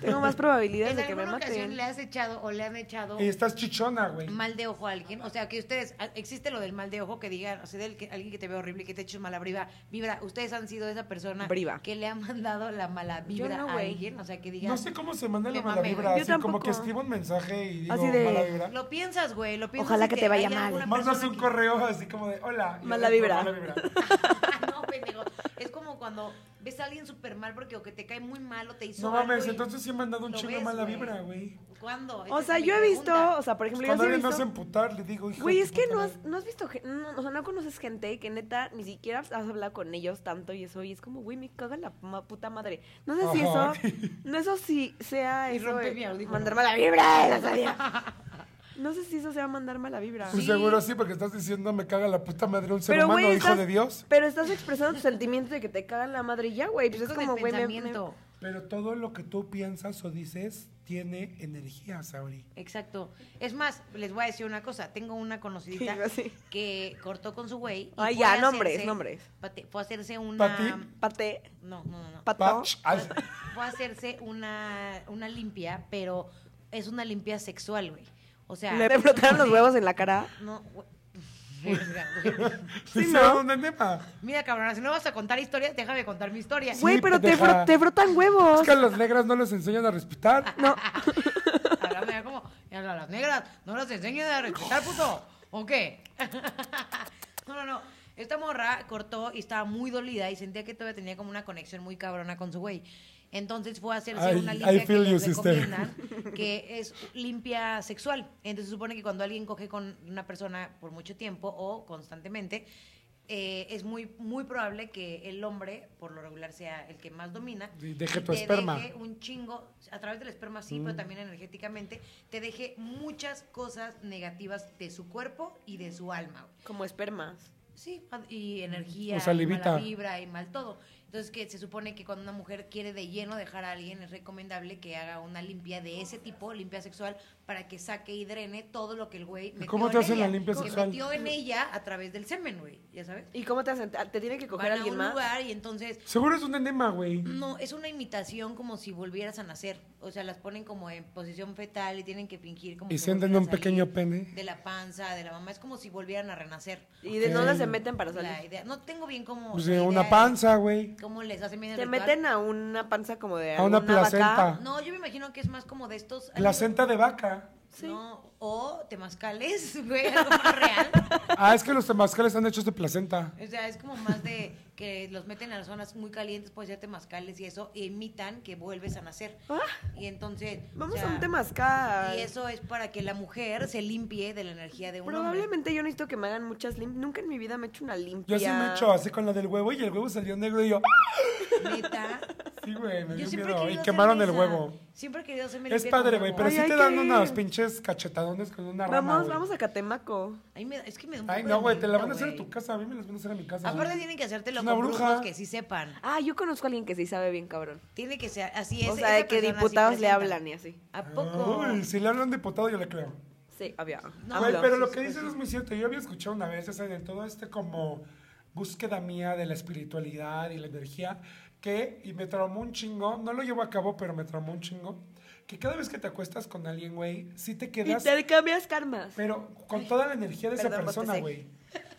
Speaker 1: Tengo más
Speaker 2: ¿En
Speaker 1: probabilidades de que me
Speaker 2: alguna ocasión
Speaker 1: maten.
Speaker 2: le has echado o le han echado
Speaker 3: Y estás chichona, güey.
Speaker 2: mal de ojo a alguien? O sea, que ustedes, a- existe lo del mal de ojo que digan, o sea, del que, alguien que te ve horrible, que te eches mala vibra. Vibra, ustedes han sido esa persona
Speaker 1: Briva.
Speaker 2: que le ha mandado la mala vibra
Speaker 1: no,
Speaker 2: a
Speaker 1: güey.
Speaker 2: alguien. O sea, que digan.
Speaker 3: No sé cómo se manda la
Speaker 2: Me
Speaker 3: mala
Speaker 2: mame,
Speaker 3: vibra.
Speaker 1: güey.
Speaker 3: Así
Speaker 1: Yo
Speaker 3: como que
Speaker 1: tampoco.
Speaker 3: escribo un mensaje y digo
Speaker 1: Así de-
Speaker 3: mala vibra.
Speaker 2: Lo piensas, güey, lo piensas.
Speaker 1: Ojalá
Speaker 2: y
Speaker 1: que te vaya
Speaker 2: hay
Speaker 1: mal.
Speaker 2: alguna
Speaker 3: Mandas
Speaker 2: persona
Speaker 3: un
Speaker 2: que-
Speaker 3: correo así como de, hola. y
Speaker 1: Mala
Speaker 3: otro,
Speaker 1: vibra.
Speaker 3: Mala vibra.
Speaker 2: Ah, no, pendejo. Es como cuando ves a alguien súper mal porque o que te cae muy mal o te hizo
Speaker 3: No
Speaker 2: algo
Speaker 3: mames,
Speaker 2: y-
Speaker 3: entonces sí me han dado un
Speaker 2: lo
Speaker 3: chingo de
Speaker 2: ves,
Speaker 3: mala
Speaker 2: güey.
Speaker 3: vibra, güey.
Speaker 2: ¿Cuándo? Esa
Speaker 1: O
Speaker 2: es
Speaker 1: sea,
Speaker 2: mi
Speaker 1: yo he visto.
Speaker 2: pregunta.
Speaker 1: O sea, por ejemplo, yo
Speaker 3: Cuando
Speaker 1: sí he
Speaker 3: alguien me hace
Speaker 1: visto.
Speaker 3: emputar, le digo, hijo.
Speaker 1: Güey,
Speaker 3: de
Speaker 1: es que
Speaker 3: puta
Speaker 1: no
Speaker 3: madre".
Speaker 1: has, no has visto. gen- No, o sea, no conoces gente que neta ni siquiera has hablado con ellos tanto y eso. Y es como, güey, me caga la ma- puta madre. No sé si
Speaker 3: Ajá.
Speaker 1: eso. No, eso sí sea.
Speaker 2: Y
Speaker 1: eso,
Speaker 2: rompe
Speaker 1: eh,
Speaker 2: mi audífono.
Speaker 1: Mandarme la vibra, eh, la sabía. No sé si eso sea mandarme la vibra.
Speaker 3: Pues
Speaker 2: Sí.
Speaker 3: seguro sí, porque estás diciendo me caga la puta madre un ser
Speaker 1: Pero,
Speaker 3: humano,
Speaker 1: güey,
Speaker 3: hijo
Speaker 1: estás-
Speaker 3: de Dios.
Speaker 1: Pero estás expresando tu sentimiento de que te cagan la madre y ya, güey. Pues es
Speaker 2: con
Speaker 1: como,
Speaker 2: el
Speaker 1: güey, me- me-
Speaker 2: pensamiento.
Speaker 3: Pero todo lo que tú piensas o dices tiene energía, Sauri.
Speaker 2: Exacto. Es más, les voy a decir una cosa. Tengo una conocidita
Speaker 1: Sí, yo sí.
Speaker 2: que cortó con su güey. y
Speaker 1: Ay,
Speaker 2: fue
Speaker 1: ya,
Speaker 2: a
Speaker 1: nombres,
Speaker 2: hacerse-
Speaker 1: nombres.
Speaker 2: pate- Fue a hacerse una.
Speaker 3: ¿Pati?
Speaker 1: Pate,
Speaker 2: No, no, no, no.
Speaker 1: pato.
Speaker 3: Pach, ay,
Speaker 2: Fue a hacerse una, una limpia, pero es una limpia sexual, güey. O sea.
Speaker 1: Le brotaron los
Speaker 2: Sí.
Speaker 1: huevos en la cara.
Speaker 2: No, güey. Verga, güey.
Speaker 1: Sí,
Speaker 3: ¿Sí,
Speaker 1: ¿no?
Speaker 3: ¿Dónde tema?
Speaker 2: Mira, cabrón, si no vas a contar historias, déjame contar mi historia.
Speaker 1: Güey, pero te,
Speaker 3: pendeja.
Speaker 1: bro- te brotan huevos.
Speaker 3: Es que a las negras no les enseñan a respetar.
Speaker 1: No,
Speaker 2: Háblame mira como, a las negras, no las enseñen a respetar, puto. ¿O qué? No, no, no. Esta morra cortó y estaba muy dolida y sentía que todavía tenía como una conexión muy cabrona con su güey. Entonces fue a hacerse
Speaker 3: I-
Speaker 2: una
Speaker 3: I
Speaker 2: limpia que
Speaker 3: feel you,
Speaker 2: les
Speaker 3: sister.
Speaker 2: recomiendan, que es limpia sexual. Entonces se supone que cuando alguien coge con una persona por mucho tiempo o constantemente, eh, es muy, muy probable que el hombre, por lo regular, sea el que más domina.
Speaker 3: Y deje
Speaker 2: y
Speaker 3: tu
Speaker 2: te
Speaker 3: esperma. Mm.
Speaker 2: deje un chingo, a través del esperma sí, pero también energéticamente, te deje muchas cosas negativas de su cuerpo y de su alma. güey.
Speaker 1: como espermas.
Speaker 2: Sí, y energía,
Speaker 3: O
Speaker 2: y
Speaker 3: salivita.
Speaker 2: mala vibra y mal todo. Entonces que se supone que cuando una mujer quiere de lleno dejar a alguien es recomendable que haga una limpia de ese tipo, limpia sexual, para que saque y drene todo lo que el güey metió
Speaker 3: cómo te
Speaker 2: en
Speaker 3: hacen la
Speaker 2: ella,
Speaker 3: limpia
Speaker 2: que
Speaker 3: sexual?
Speaker 2: metió en ella a través del semen, güey, ya sabes.
Speaker 1: ¿Y cómo te hacen? ¿Te tiene que coger
Speaker 2: Van
Speaker 1: a
Speaker 2: a
Speaker 1: alguien
Speaker 2: un
Speaker 1: más?
Speaker 2: lugar y entonces
Speaker 3: Seguro es un enema, güey.
Speaker 2: no, es una imitación como si volvieras a nacer. O sea, las ponen como en posición fetal y tienen que fingir como
Speaker 3: Y
Speaker 2: que
Speaker 3: sienten
Speaker 2: volvieron
Speaker 3: un
Speaker 2: a salir
Speaker 3: pequeño pene.
Speaker 2: De la panza, de la mamá. Es como si volvieran a renacer.
Speaker 1: ¿Y de dónde
Speaker 3: Ok.
Speaker 1: se meten para
Speaker 2: La
Speaker 1: salir?
Speaker 2: idea. No tengo bien cómo.
Speaker 3: Pues
Speaker 2: la
Speaker 3: eh,
Speaker 2: idea
Speaker 3: una
Speaker 2: de
Speaker 3: panza, güey.
Speaker 2: ¿Cómo les hacen bien el
Speaker 1: Te
Speaker 2: ritual.
Speaker 1: meten a una panza como de
Speaker 3: A una
Speaker 1: alguna vaca.
Speaker 3: placenta.
Speaker 2: No, yo me imagino que es más como de estos.
Speaker 3: Placenta de vaca.
Speaker 1: Sí.
Speaker 2: No, o temazcales, güey, algo más real.
Speaker 3: Ah, es que los temazcales están hechos de placenta.
Speaker 2: O sea, es como más de que los meten a las zonas muy calientes, puede ser temazcales y eso, e imitan que vuelves a nacer.
Speaker 1: Ah,
Speaker 2: Y entonces. o
Speaker 1: vamos
Speaker 2: sea,
Speaker 1: a un temazcal.
Speaker 2: Y eso es para que la mujer se limpie de la energía de un hombre.
Speaker 1: Probablemente yo necesito que me hagan muchas limpias. Nunca en mi vida me he hecho una limpia.
Speaker 3: Yo sí me echo así con la del huevo y el huevo salió negro y yo. ¡ah!
Speaker 2: Neta.
Speaker 3: Sí, güey, me
Speaker 2: Yo
Speaker 3: dio
Speaker 2: siempre he querido
Speaker 3: miedo. Y
Speaker 2: hacerme
Speaker 3: quemaron el
Speaker 2: esa.
Speaker 3: huevo.
Speaker 2: Siempre he querido hacerme
Speaker 3: Es
Speaker 2: limpia con
Speaker 3: padre, güey,
Speaker 2: huevo.
Speaker 3: pero
Speaker 1: Ay,
Speaker 3: sí
Speaker 1: hay
Speaker 3: te dan
Speaker 1: que-
Speaker 3: unos pinches cachetadones con una rama.
Speaker 1: Vamos,
Speaker 3: güey.
Speaker 1: vamos a Catemaco.
Speaker 2: Ay, me da- es que me da un
Speaker 3: Ay,
Speaker 2: poco de
Speaker 3: no, güey, te la van a
Speaker 2: miedito,
Speaker 3: hacer a
Speaker 2: güey.
Speaker 3: tu casa. A mí me las van a hacer a mi casa.
Speaker 2: Aparte
Speaker 3: güey.
Speaker 2: tienen que hacértelo
Speaker 3: Es una
Speaker 2: con
Speaker 3: bruja.
Speaker 2: brujos que sí sepan.
Speaker 1: Ah, yo conozco a alguien que sí sabe bien, cabrón.
Speaker 2: Tiene que ser así es.
Speaker 1: o sea, de
Speaker 2: esa
Speaker 1: que
Speaker 2: persona sí
Speaker 1: diputados le
Speaker 2: presenta.
Speaker 1: hablan y así.
Speaker 2: ¿A poco?
Speaker 3: Uy, si le hablan diputado, yo le creo.
Speaker 1: Sí, había.
Speaker 2: No,
Speaker 3: Ah. Güey,
Speaker 1: AMLO.
Speaker 3: pero lo que dices es muy cierto. Yo había escuchado una vez, o sea, de todo este como búsqueda mía de la espiritualidad y la energía, que, y me traumó un chingo, no lo llevo a cabo, pero me traumó un chingo, que cada vez que te acuestas con alguien, güey, sí te quedas,
Speaker 1: Intercambias karmas.
Speaker 3: pero con toda la energía de esa
Speaker 1: Perdón,
Speaker 3: persona,
Speaker 1: bostecé.
Speaker 3: güey.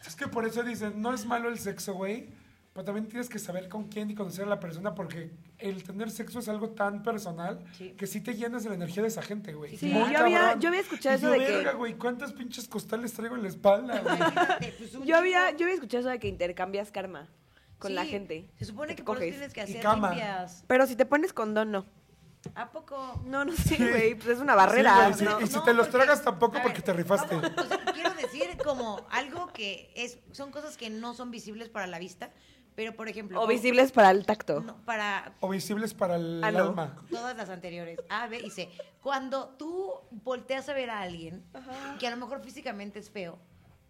Speaker 3: Es que por eso dicen, no es malo el sexo, güey, pero también tienes que saber con quién y conocer a la persona, porque el tener sexo es algo tan personal
Speaker 2: Sí.
Speaker 3: que sí te llenas de la energía de esa gente, güey.
Speaker 2: Sí,
Speaker 3: Muy
Speaker 2: yo
Speaker 1: había-
Speaker 3: cabrón.
Speaker 1: yo había escuchado
Speaker 3: Y
Speaker 1: eso
Speaker 3: yo,
Speaker 1: de que-
Speaker 3: "Verga, güey, ¿cuántas pinches costales traigo en la espalda, güey?
Speaker 2: Imagínate, pues, un
Speaker 1: Yo había,
Speaker 2: chingo-
Speaker 1: yo había escuchado eso de que intercambias karma con la
Speaker 2: Sí,
Speaker 1: gente.
Speaker 2: Se supone
Speaker 1: Te
Speaker 2: que por eso
Speaker 1: coges.
Speaker 2: tienes que
Speaker 3: Y
Speaker 2: hacer
Speaker 3: cama.
Speaker 2: limpias.
Speaker 1: Pero si te pones condón, no.
Speaker 2: ¿A poco?
Speaker 1: No, no sé, güey. Pues es una barrera,
Speaker 3: Sí, güey,
Speaker 1: ¿no?
Speaker 3: sí. Y si te los tragas, tampoco
Speaker 2: a
Speaker 3: porque te rifaste.
Speaker 2: vamos, o sea, quiero decir como algo que es, son cosas que no son visibles para la vista, pero por ejemplo.
Speaker 1: O
Speaker 2: como-
Speaker 1: visibles para el tacto.
Speaker 2: no, para
Speaker 3: O visibles para el
Speaker 1: Ah, no.
Speaker 3: alma.
Speaker 2: todas las anteriores, A, B y C. Cuando tú volteas a ver a alguien, que a lo mejor físicamente es feo,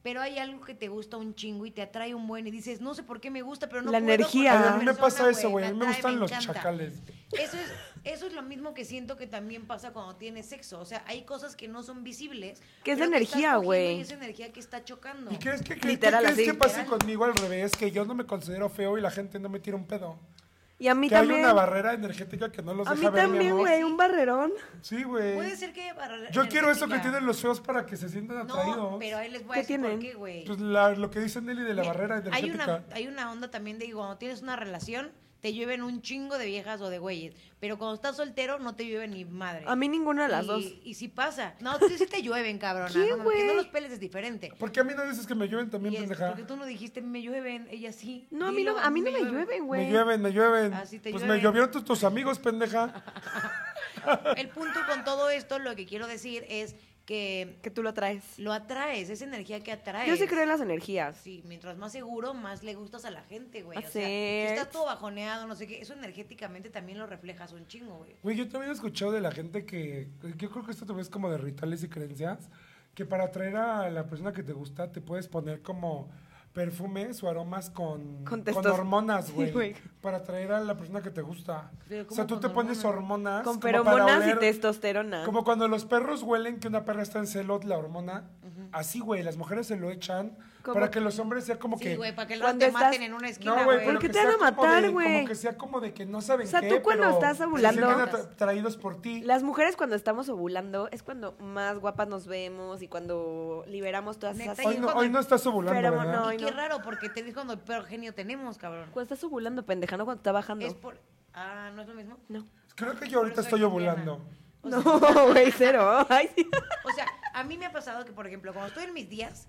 Speaker 2: pero hay algo que te gusta un chingo y te atrae un buen y dices, no sé por qué me gusta, pero no
Speaker 1: La
Speaker 2: puedo con
Speaker 1: energía.
Speaker 2: esa
Speaker 1: Ay,
Speaker 3: a mí me
Speaker 2: persona,
Speaker 3: pasa eso, güey. A mí me
Speaker 2: atrae,
Speaker 3: gustan los
Speaker 2: encanta".
Speaker 3: chacales.
Speaker 2: Eso es, eso es lo mismo que siento que también pasa cuando tienes sexo. O sea, hay cosas que no son visibles.
Speaker 1: Que es
Speaker 2: pero
Speaker 1: la
Speaker 2: estás
Speaker 1: energía,
Speaker 2: cogiendo
Speaker 1: güey.
Speaker 2: y Es energía que está chocando.
Speaker 3: ¿Y crees que, que-
Speaker 1: Literal,
Speaker 3: que, crees
Speaker 1: así.
Speaker 3: que pase
Speaker 2: Literal.
Speaker 3: conmigo al revés? Que yo no me considero feo y la gente no me tira un pedo.
Speaker 1: Y a mí
Speaker 3: que
Speaker 1: también.
Speaker 3: hay una barrera energética que no los
Speaker 1: a mí
Speaker 3: deja ver, mi
Speaker 1: también,
Speaker 3: amor.
Speaker 1: güey. Un barrerón.
Speaker 3: Sí, güey.
Speaker 2: Puede ser que. para-
Speaker 3: Yo quiero eso que
Speaker 2: energética.
Speaker 3: tienen los feos para que se sientan atraídos.
Speaker 2: No, pero ahí les voy a
Speaker 1: ¿Qué
Speaker 2: decir por
Speaker 1: tienen?
Speaker 2: qué, güey.
Speaker 3: Pues la- lo que dice Nelly de la
Speaker 2: Mi-
Speaker 3: barrera
Speaker 2: hay
Speaker 3: energética.
Speaker 2: una, hay una onda también de que cuando tienes una relación, te llueven un chingo de viejas o de güeyes. Pero cuando estás soltero, no te llueven ni madre.
Speaker 1: A mí ninguna de las
Speaker 2: y,
Speaker 1: dos.
Speaker 2: Y si pasa. No, sí, sí te llueven, cabrona.
Speaker 1: ¿Qué,
Speaker 2: no, mames, que no
Speaker 1: güey?
Speaker 2: los peles es diferente.
Speaker 3: Porque a mí no dices que me llueven también,
Speaker 2: Y es-
Speaker 3: pendeja.
Speaker 2: porque tú no dijiste, me llueven, ella sí.
Speaker 1: No, a mí
Speaker 2: Dilo,
Speaker 1: no, a mí no me llueven,
Speaker 3: Me
Speaker 1: güey.
Speaker 3: llueven, me llueven.
Speaker 2: Así te
Speaker 3: pues
Speaker 2: llueven.
Speaker 3: me llovieron tus, tus amigos, pendeja.
Speaker 2: El punto con todo esto, lo que quiero decir es que
Speaker 1: Que tú lo traes.
Speaker 2: lo atraes, esa energía que atraes.
Speaker 1: Yo sí creo en las energías.
Speaker 2: Sí, mientras más seguro, más le gustas a la gente, güey. O sea,
Speaker 1: Así
Speaker 2: si
Speaker 1: es.
Speaker 2: estás todo bajoneado, no sé qué, eso energéticamente también lo reflejas un chingo, güey.
Speaker 3: Güey, yo también he escuchado de la gente que. que Yo creo que esto también es como de rituales y creencias. Que para atraer a la persona que te gusta, te puedes poner como perfumes o aromas con, con
Speaker 1: Con testos-
Speaker 3: hormonas,
Speaker 1: Sí,
Speaker 3: güey.
Speaker 1: güey.
Speaker 3: para atraer a la persona que te gusta.
Speaker 2: Pero
Speaker 3: O sea,
Speaker 2: ¿cómo
Speaker 3: tú
Speaker 2: con
Speaker 3: te pones hormonas. como
Speaker 1: Con
Speaker 3: para
Speaker 1: feromonas y
Speaker 3: oler-
Speaker 1: testosterona.
Speaker 3: Como cuando los perros huelen que una perra está en celo, la hormona. Así, güey, las mujeres se lo echan
Speaker 1: Como-
Speaker 3: para que los hombres sea como
Speaker 2: Sí,
Speaker 3: que.
Speaker 2: güey, para que luego
Speaker 1: Cuando
Speaker 2: te
Speaker 1: estás-
Speaker 2: maten en una esquina,
Speaker 3: no, güey,
Speaker 2: güey.
Speaker 1: ¿Por
Speaker 3: pero
Speaker 1: qué
Speaker 3: que
Speaker 1: te
Speaker 3: sea
Speaker 1: van a
Speaker 3: como
Speaker 1: matar,
Speaker 3: de-
Speaker 1: güey?
Speaker 3: Como que sea como de que no saben
Speaker 1: O sea,
Speaker 3: qué,
Speaker 1: tú cuando
Speaker 3: pero
Speaker 1: estás
Speaker 3: se
Speaker 1: ovulando-
Speaker 3: sienten atra- atraídos por ti.
Speaker 1: Las mujeres cuando estamos ovulando es cuando más guapas nos vemos y cuando liberamos todas
Speaker 2: Neta,
Speaker 1: esas...
Speaker 2: yo
Speaker 3: Hoy no,
Speaker 2: cuando-
Speaker 3: hoy no estás ovulando,
Speaker 1: Pero
Speaker 3: ¿verdad?
Speaker 1: no,
Speaker 2: y
Speaker 1: Ay,
Speaker 2: qué raro, porque te dices cuando el peor genio tenemos, cabrón.
Speaker 1: Cuando estás ovulando, pendeja, no cuando está bajando.
Speaker 2: Es por... Ah, ¿no es lo mismo?
Speaker 1: No.
Speaker 3: Creo que yo ahorita
Speaker 2: Por eso
Speaker 3: estoy
Speaker 2: hay
Speaker 3: ovulando.
Speaker 2: problema.
Speaker 1: No, güey, cero. Ay, sí.
Speaker 2: O sea, a mí me ha pasado que, por ejemplo, cuando estoy en mis días,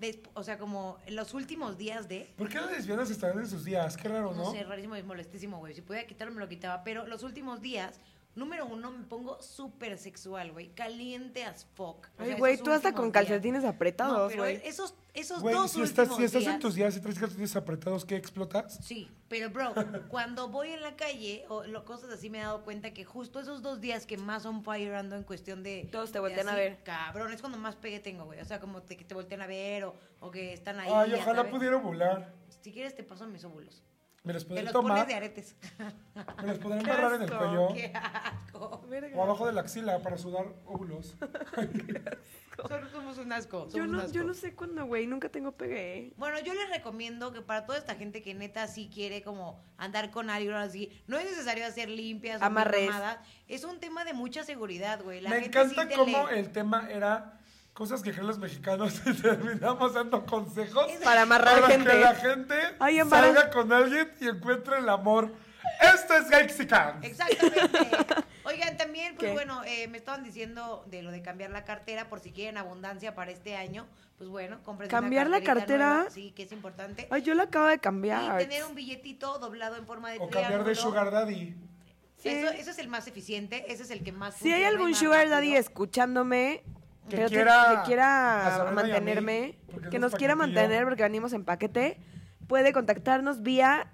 Speaker 2: desp- o sea, como en los últimos días de...
Speaker 3: ¿Por qué las lesbianas están en sus días? Qué raro,
Speaker 2: No,
Speaker 3: ¿no?
Speaker 2: sé, rarísimo y molestísimo, güey. Si pudiera quitarlo, me lo quitaba. Pero los últimos días, número uno, me pongo súper sexual, güey. Caliente as fuck. O
Speaker 1: Ay,
Speaker 2: sea,
Speaker 1: güey,
Speaker 2: esos
Speaker 1: tú hasta
Speaker 2: últimos
Speaker 1: con
Speaker 2: días.
Speaker 1: calcetines
Speaker 2: No,
Speaker 1: apretados,
Speaker 2: pero
Speaker 1: güey.
Speaker 2: esos, esos
Speaker 3: Güey,
Speaker 2: dos
Speaker 3: si estás,
Speaker 2: últimos
Speaker 3: si estás
Speaker 2: días-
Speaker 3: en tus días y traes calcetines apretados, ¿qué explotas?
Speaker 2: Sí, pero bro, cuando voy en la calle o lo, cosas así me he dado cuenta que justo esos dos días que más on fire ando en cuestión de...
Speaker 1: Todos te
Speaker 2: de
Speaker 1: voltean a
Speaker 2: así,
Speaker 1: ver.
Speaker 2: Cabrón, es cuando más pegue tengo, güey. O sea, como te- que te voltean a ver o, o que están ahí.
Speaker 3: Ay,
Speaker 2: ya
Speaker 3: ojalá
Speaker 2: sabes.
Speaker 3: pudiera ovular.
Speaker 2: Si quieres te paso mis óvulos.
Speaker 3: Me los
Speaker 2: Te
Speaker 3: podría
Speaker 2: los
Speaker 3: tomar,
Speaker 2: pones de aretes.
Speaker 3: me los podría
Speaker 1: Qué
Speaker 3: embarrar en el
Speaker 1: asco,
Speaker 3: cuello.
Speaker 2: Qué asco.
Speaker 1: Verga.
Speaker 3: O abajo de la axila para sudar óvulos.
Speaker 2: Solo somos un asco.
Speaker 1: Yo
Speaker 2: somos un
Speaker 1: no,
Speaker 2: asco.
Speaker 1: yo no sé cuándo, güey. Nunca tengo pegue.
Speaker 2: Bueno, yo les recomiendo que para toda esta gente que neta sí quiere como andar con alguien así, no es necesario hacer limpias o
Speaker 1: Amarres.
Speaker 2: mamadas. Es un tema de mucha seguridad, güey. La
Speaker 3: Me
Speaker 2: gente
Speaker 3: encanta
Speaker 2: sí te
Speaker 3: cómo
Speaker 2: lee.
Speaker 3: el tema era cosas que creen los mexicanos y terminamos dando consejos
Speaker 1: Para amarrar
Speaker 3: para
Speaker 1: gente.
Speaker 3: que la gente
Speaker 1: Ay, embara-
Speaker 3: salga con alguien y encuentre el amor. Esto es Gexican.
Speaker 2: Exactamente. Oigan, también, pues
Speaker 1: ¿Qué?
Speaker 2: bueno, eh, me estaban diciendo de lo de cambiar la cartera por si quieren abundancia para este año. Pues bueno, compren
Speaker 1: ¿Cambiar la cartera?
Speaker 2: Sí, que es importante.
Speaker 1: Ay, yo la acabo de
Speaker 2: Y
Speaker 1: cambiar.
Speaker 2: tener un billetito doblado en forma de
Speaker 3: O cambiar de
Speaker 2: triángulo.
Speaker 3: sugar daddy.
Speaker 1: Sí.
Speaker 2: Eso, eso es el más eficiente, ese es el que más
Speaker 1: Si hay
Speaker 2: funciona y
Speaker 1: algún
Speaker 2: más
Speaker 1: sugar
Speaker 2: rápido.
Speaker 1: daddy escuchándome,
Speaker 3: Que
Speaker 1: pero te-
Speaker 3: quiera
Speaker 1: que
Speaker 3: a Sabrina y a
Speaker 1: quiera
Speaker 3: mí,
Speaker 1: mantenerme,
Speaker 3: porque
Speaker 1: que
Speaker 3: somos
Speaker 1: nos quiera
Speaker 3: paquetillo.
Speaker 1: mantener porque venimos en paquete, puede contactarnos vía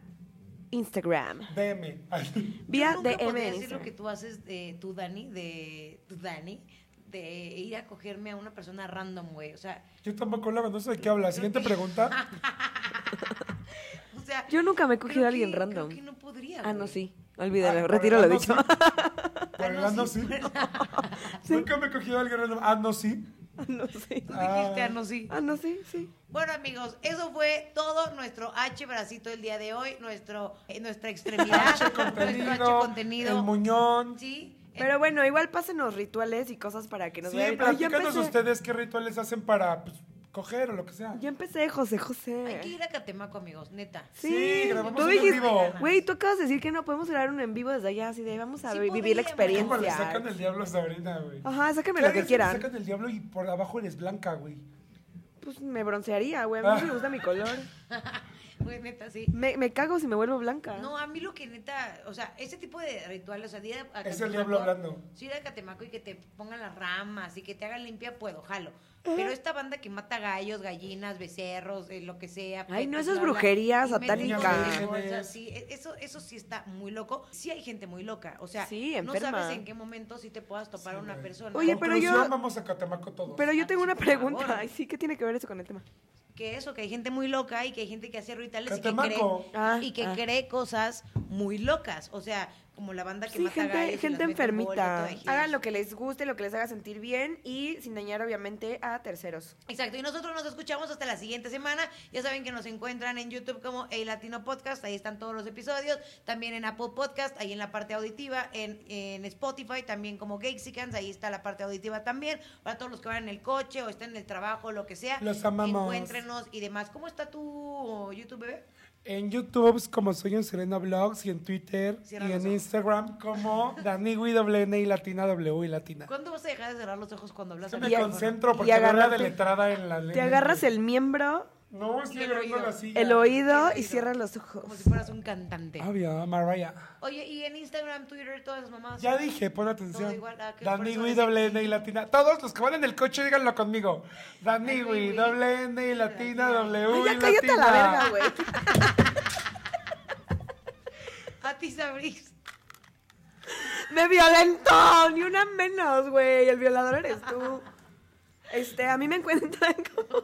Speaker 1: Instagram,
Speaker 3: DM. Ay,
Speaker 1: vía
Speaker 2: Yo nunca
Speaker 1: DM.
Speaker 2: podría
Speaker 1: en
Speaker 2: decir lo que
Speaker 1: Instagram.
Speaker 2: tú haces de tú, Dani, de tú, Dani, de ir a cogerme a una persona random, güey. O sea,
Speaker 3: Yo tampoco la no sé de qué habla. Siguiente pregunta.
Speaker 2: o sea.
Speaker 1: Yo nunca me he
Speaker 2: creo
Speaker 1: cogido a alguien
Speaker 2: que-
Speaker 1: random.
Speaker 2: Creo que no podría.
Speaker 1: Ah, no,
Speaker 2: güey.
Speaker 1: sí. Olvídalo,
Speaker 3: Ah,
Speaker 1: retiro lo
Speaker 3: por el
Speaker 1: dicho.
Speaker 3: ano
Speaker 2: Ah,
Speaker 3: Por el ano sí.
Speaker 2: por el-
Speaker 3: Nunca me he cogido a alguien random. Ah, no, sí.
Speaker 1: Ah, no, sí.
Speaker 2: Tú dijiste, ah, no, sí.
Speaker 1: Ah, no, sí, sí.
Speaker 2: Bueno, amigos, eso fue todo nuestro H bracito el día de hoy, nuestro, eh, nuestra extremidad, nuestro H
Speaker 3: Contenido,
Speaker 2: contenido.
Speaker 3: El muñón.
Speaker 2: Sí. eh,
Speaker 1: Pero bueno, igual pásenos rituales y cosas para que nos
Speaker 3: Sí,
Speaker 1: vayan- Ay, ya
Speaker 3: platícanos
Speaker 1: empecé,
Speaker 3: ustedes qué rituales hacen para pues, coger o lo que sea.
Speaker 1: Ya empecé, José
Speaker 2: Hay que
Speaker 1: José.
Speaker 2: ir a Catemaco, amigos, neta.
Speaker 1: Sí,
Speaker 3: eh. Sí, grabamos
Speaker 1: tú
Speaker 3: un en
Speaker 1: dijiste,
Speaker 3: vivo.
Speaker 1: güey, tú acabas de decir que no podemos grabar un en vivo desde allá, así de ahí vamos a
Speaker 2: Sí
Speaker 1: vi- vivir la
Speaker 2: podríamos.
Speaker 1: experiencia.
Speaker 3: Como le sacan el diablo a Sabrina, güey.
Speaker 1: Ajá, sáquenme
Speaker 3: ¿Qué
Speaker 1: lo que
Speaker 3: harías si
Speaker 1: quieran.
Speaker 3: te sacan el diablo y por abajo eres blanca, güey.
Speaker 2: Ah.
Speaker 1: Pues me broncearía, güey. A mí sí me gusta mi color.
Speaker 2: güey, neta, sí.
Speaker 1: Me, me cago si me vuelvo blanca.
Speaker 2: No, a mí lo que neta, o sea, ese tipo de rituales, o sea, de ir a Catemaco.
Speaker 3: Es el diablo hablando.
Speaker 2: Sí, ir a Catemaco y que te pongan las ramas y que te hagan limpia, puedo, jalo. Pero esta banda que mata gallos, gallinas, becerros, eh, lo que sea.
Speaker 1: Ay, no, eso
Speaker 2: esas
Speaker 1: es brujería satánica.
Speaker 2: Sí, e- eso, eso sí está muy loco. Sí hay gente muy loca, o sea,
Speaker 1: Sí,
Speaker 2: no
Speaker 1: enferma.
Speaker 2: sabes en qué momento sí te puedas topar a una persona.
Speaker 1: Oye, pero yo-
Speaker 3: Conclusión, vamos a Catamaco todos.
Speaker 1: Pero yo tengo una
Speaker 2: por favor.
Speaker 1: pregunta. Ay, sí, ¿qué tiene que ver eso con el tema?
Speaker 2: que eso, que hay gente muy loca y que hay gente que hace rituales y que, cree,
Speaker 3: Catemaco.
Speaker 1: Ah,
Speaker 2: y que
Speaker 1: ah.
Speaker 2: cree cosas muy locas. O sea, como la banda que
Speaker 1: Sí,
Speaker 2: mata gallos y
Speaker 1: gente,
Speaker 2: las
Speaker 1: gente
Speaker 2: mete en
Speaker 1: enfermita.
Speaker 2: bola y todo.
Speaker 1: Hagan lo que les guste, lo que les haga sentir bien y sin dañar, obviamente, a terceros.
Speaker 2: Exacto, y nosotros nos escuchamos hasta la siguiente semana. Ya saben que nos encuentran en YouTube como El Latino Podcast, ahí están todos los episodios. También en Apple Podcast, ahí en la parte auditiva, en, en Spotify, también como Gexicans, ahí está la parte auditiva también. Para todos los que van en el coche o están en el trabajo, lo que sea.
Speaker 3: Los amamos.
Speaker 2: Encuéntrenos y demás. ¿Cómo está tu YouTube, bebé?
Speaker 3: En YouTube, es como soy en Serena Blogs, y en Twitter,
Speaker 2: Cierra
Speaker 3: y
Speaker 2: los
Speaker 3: en
Speaker 2: ojos.
Speaker 3: Instagram, como Dani Gui, doble N y Latina W y Latina.
Speaker 2: ¿Cuándo vas a dejar de cerrar los ojos cuando hablas
Speaker 3: Es que
Speaker 2: al
Speaker 3: me
Speaker 1: Y a-
Speaker 2: teléfono?
Speaker 3: concentro
Speaker 1: y
Speaker 3: porque no la
Speaker 1: agarrarte-
Speaker 3: deletrada en la lengua.
Speaker 1: Te agarras el miembro,
Speaker 3: No, estoy
Speaker 2: El
Speaker 3: agarrando
Speaker 2: oído.
Speaker 3: la silla.
Speaker 1: el oído
Speaker 2: oído.
Speaker 1: y cierras los ojos.
Speaker 2: Como si fueras un cantante.
Speaker 3: Obvio, Mariah.
Speaker 2: Oye, y en Instagram, Twitter, todas esas mamás.
Speaker 3: Ya dije, pon atención.
Speaker 2: Todo igual, ah, que por
Speaker 3: Dani
Speaker 2: eso
Speaker 3: Gui,
Speaker 2: dice-
Speaker 3: doble N y Latina. Todos los que van en el coche, díganlo conmigo. Dani Gui, doble N y Latina, W
Speaker 1: Ay,
Speaker 3: y
Speaker 1: ya
Speaker 3: Latina.
Speaker 1: cállate a la verga, güey.
Speaker 2: A ti, Sabris.
Speaker 1: Me violentó, ni una menos, güey. El violador eres tú. Este, a mí me encuentran como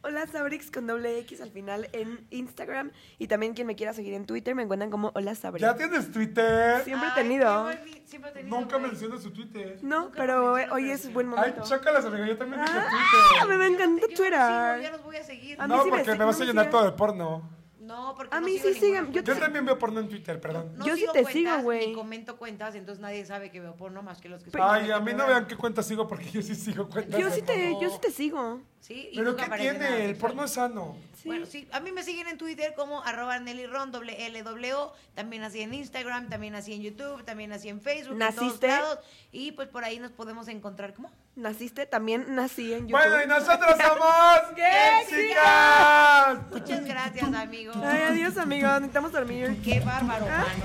Speaker 1: Hola Sabrix con doble X al final en Instagram. Y también quien me quiera seguir en Twitter me encuentran como Hola Sabrix.
Speaker 3: ¿Ya tienes Twitter?
Speaker 1: Siempre he
Speaker 2: Ay,
Speaker 1: tenido.
Speaker 2: qué boni- Siempre he tenido.
Speaker 3: Nunca
Speaker 2: güey.
Speaker 3: mencionas su Twitter.
Speaker 1: No,
Speaker 2: Nunca lo
Speaker 1: pero eh,
Speaker 2: menciono,
Speaker 1: hoy
Speaker 2: pero
Speaker 1: es
Speaker 2: sí.
Speaker 1: buen
Speaker 3: Ay,
Speaker 1: momento.
Speaker 3: chócalas, amiga. Yo también dije
Speaker 1: Ah,
Speaker 3: Twitter.
Speaker 1: me, me encanta
Speaker 2: Yo no sigo, ya
Speaker 1: Twitter.
Speaker 2: los voy a seguir.
Speaker 1: A mí
Speaker 3: No,
Speaker 1: sí me
Speaker 3: porque me,
Speaker 1: sigue,
Speaker 3: vas
Speaker 1: no
Speaker 3: a
Speaker 1: me
Speaker 3: llenar
Speaker 1: sigue.
Speaker 3: todo de porno.
Speaker 2: No, porque
Speaker 1: A
Speaker 2: no
Speaker 1: mí
Speaker 2: sigo
Speaker 1: sí
Speaker 2: ninguna
Speaker 1: siguen- yo
Speaker 2: cuenta.
Speaker 3: Yo también veo porno en Twitter, perdón.
Speaker 2: No
Speaker 1: Yo sí
Speaker 2: sigo
Speaker 1: te
Speaker 2: cuentas,
Speaker 1: sigo, güey.
Speaker 2: Ni comento cuentas, entonces nadie sabe que veo porno más que los que
Speaker 3: Ay,
Speaker 2: escuchan
Speaker 3: a
Speaker 2: este
Speaker 3: mí no
Speaker 2: programa.
Speaker 3: vean qué cuenta sigo porque yo sí sigo cuentas.
Speaker 1: Yo
Speaker 3: de
Speaker 1: sí te,
Speaker 3: porno.
Speaker 1: yo sí te sigo.
Speaker 2: Sí, y
Speaker 3: Pero
Speaker 2: nunca
Speaker 3: ¿qué
Speaker 2: aparece nada
Speaker 3: tiene? El
Speaker 2: sexual.
Speaker 3: porno es sano.
Speaker 1: Sí.
Speaker 2: Bueno, sí, a mí me siguen en Twitter como arroba Nelly Ron, doble L, doble O, también así en Instagram, también así en YouTube, también así en Facebook, en todos
Speaker 1: ¿Naciste?
Speaker 2: lados, y pues por ahí nos podemos encontrar, ¿cómo?
Speaker 1: Naciste, también nací en YouTube.
Speaker 3: Bueno, y nosotros somos Gexicas.
Speaker 2: Muchas gracias, amigos.
Speaker 1: Ah. Ay, adiós, amigos. Necesitamos dormir.
Speaker 2: Qué bárbaro, mano.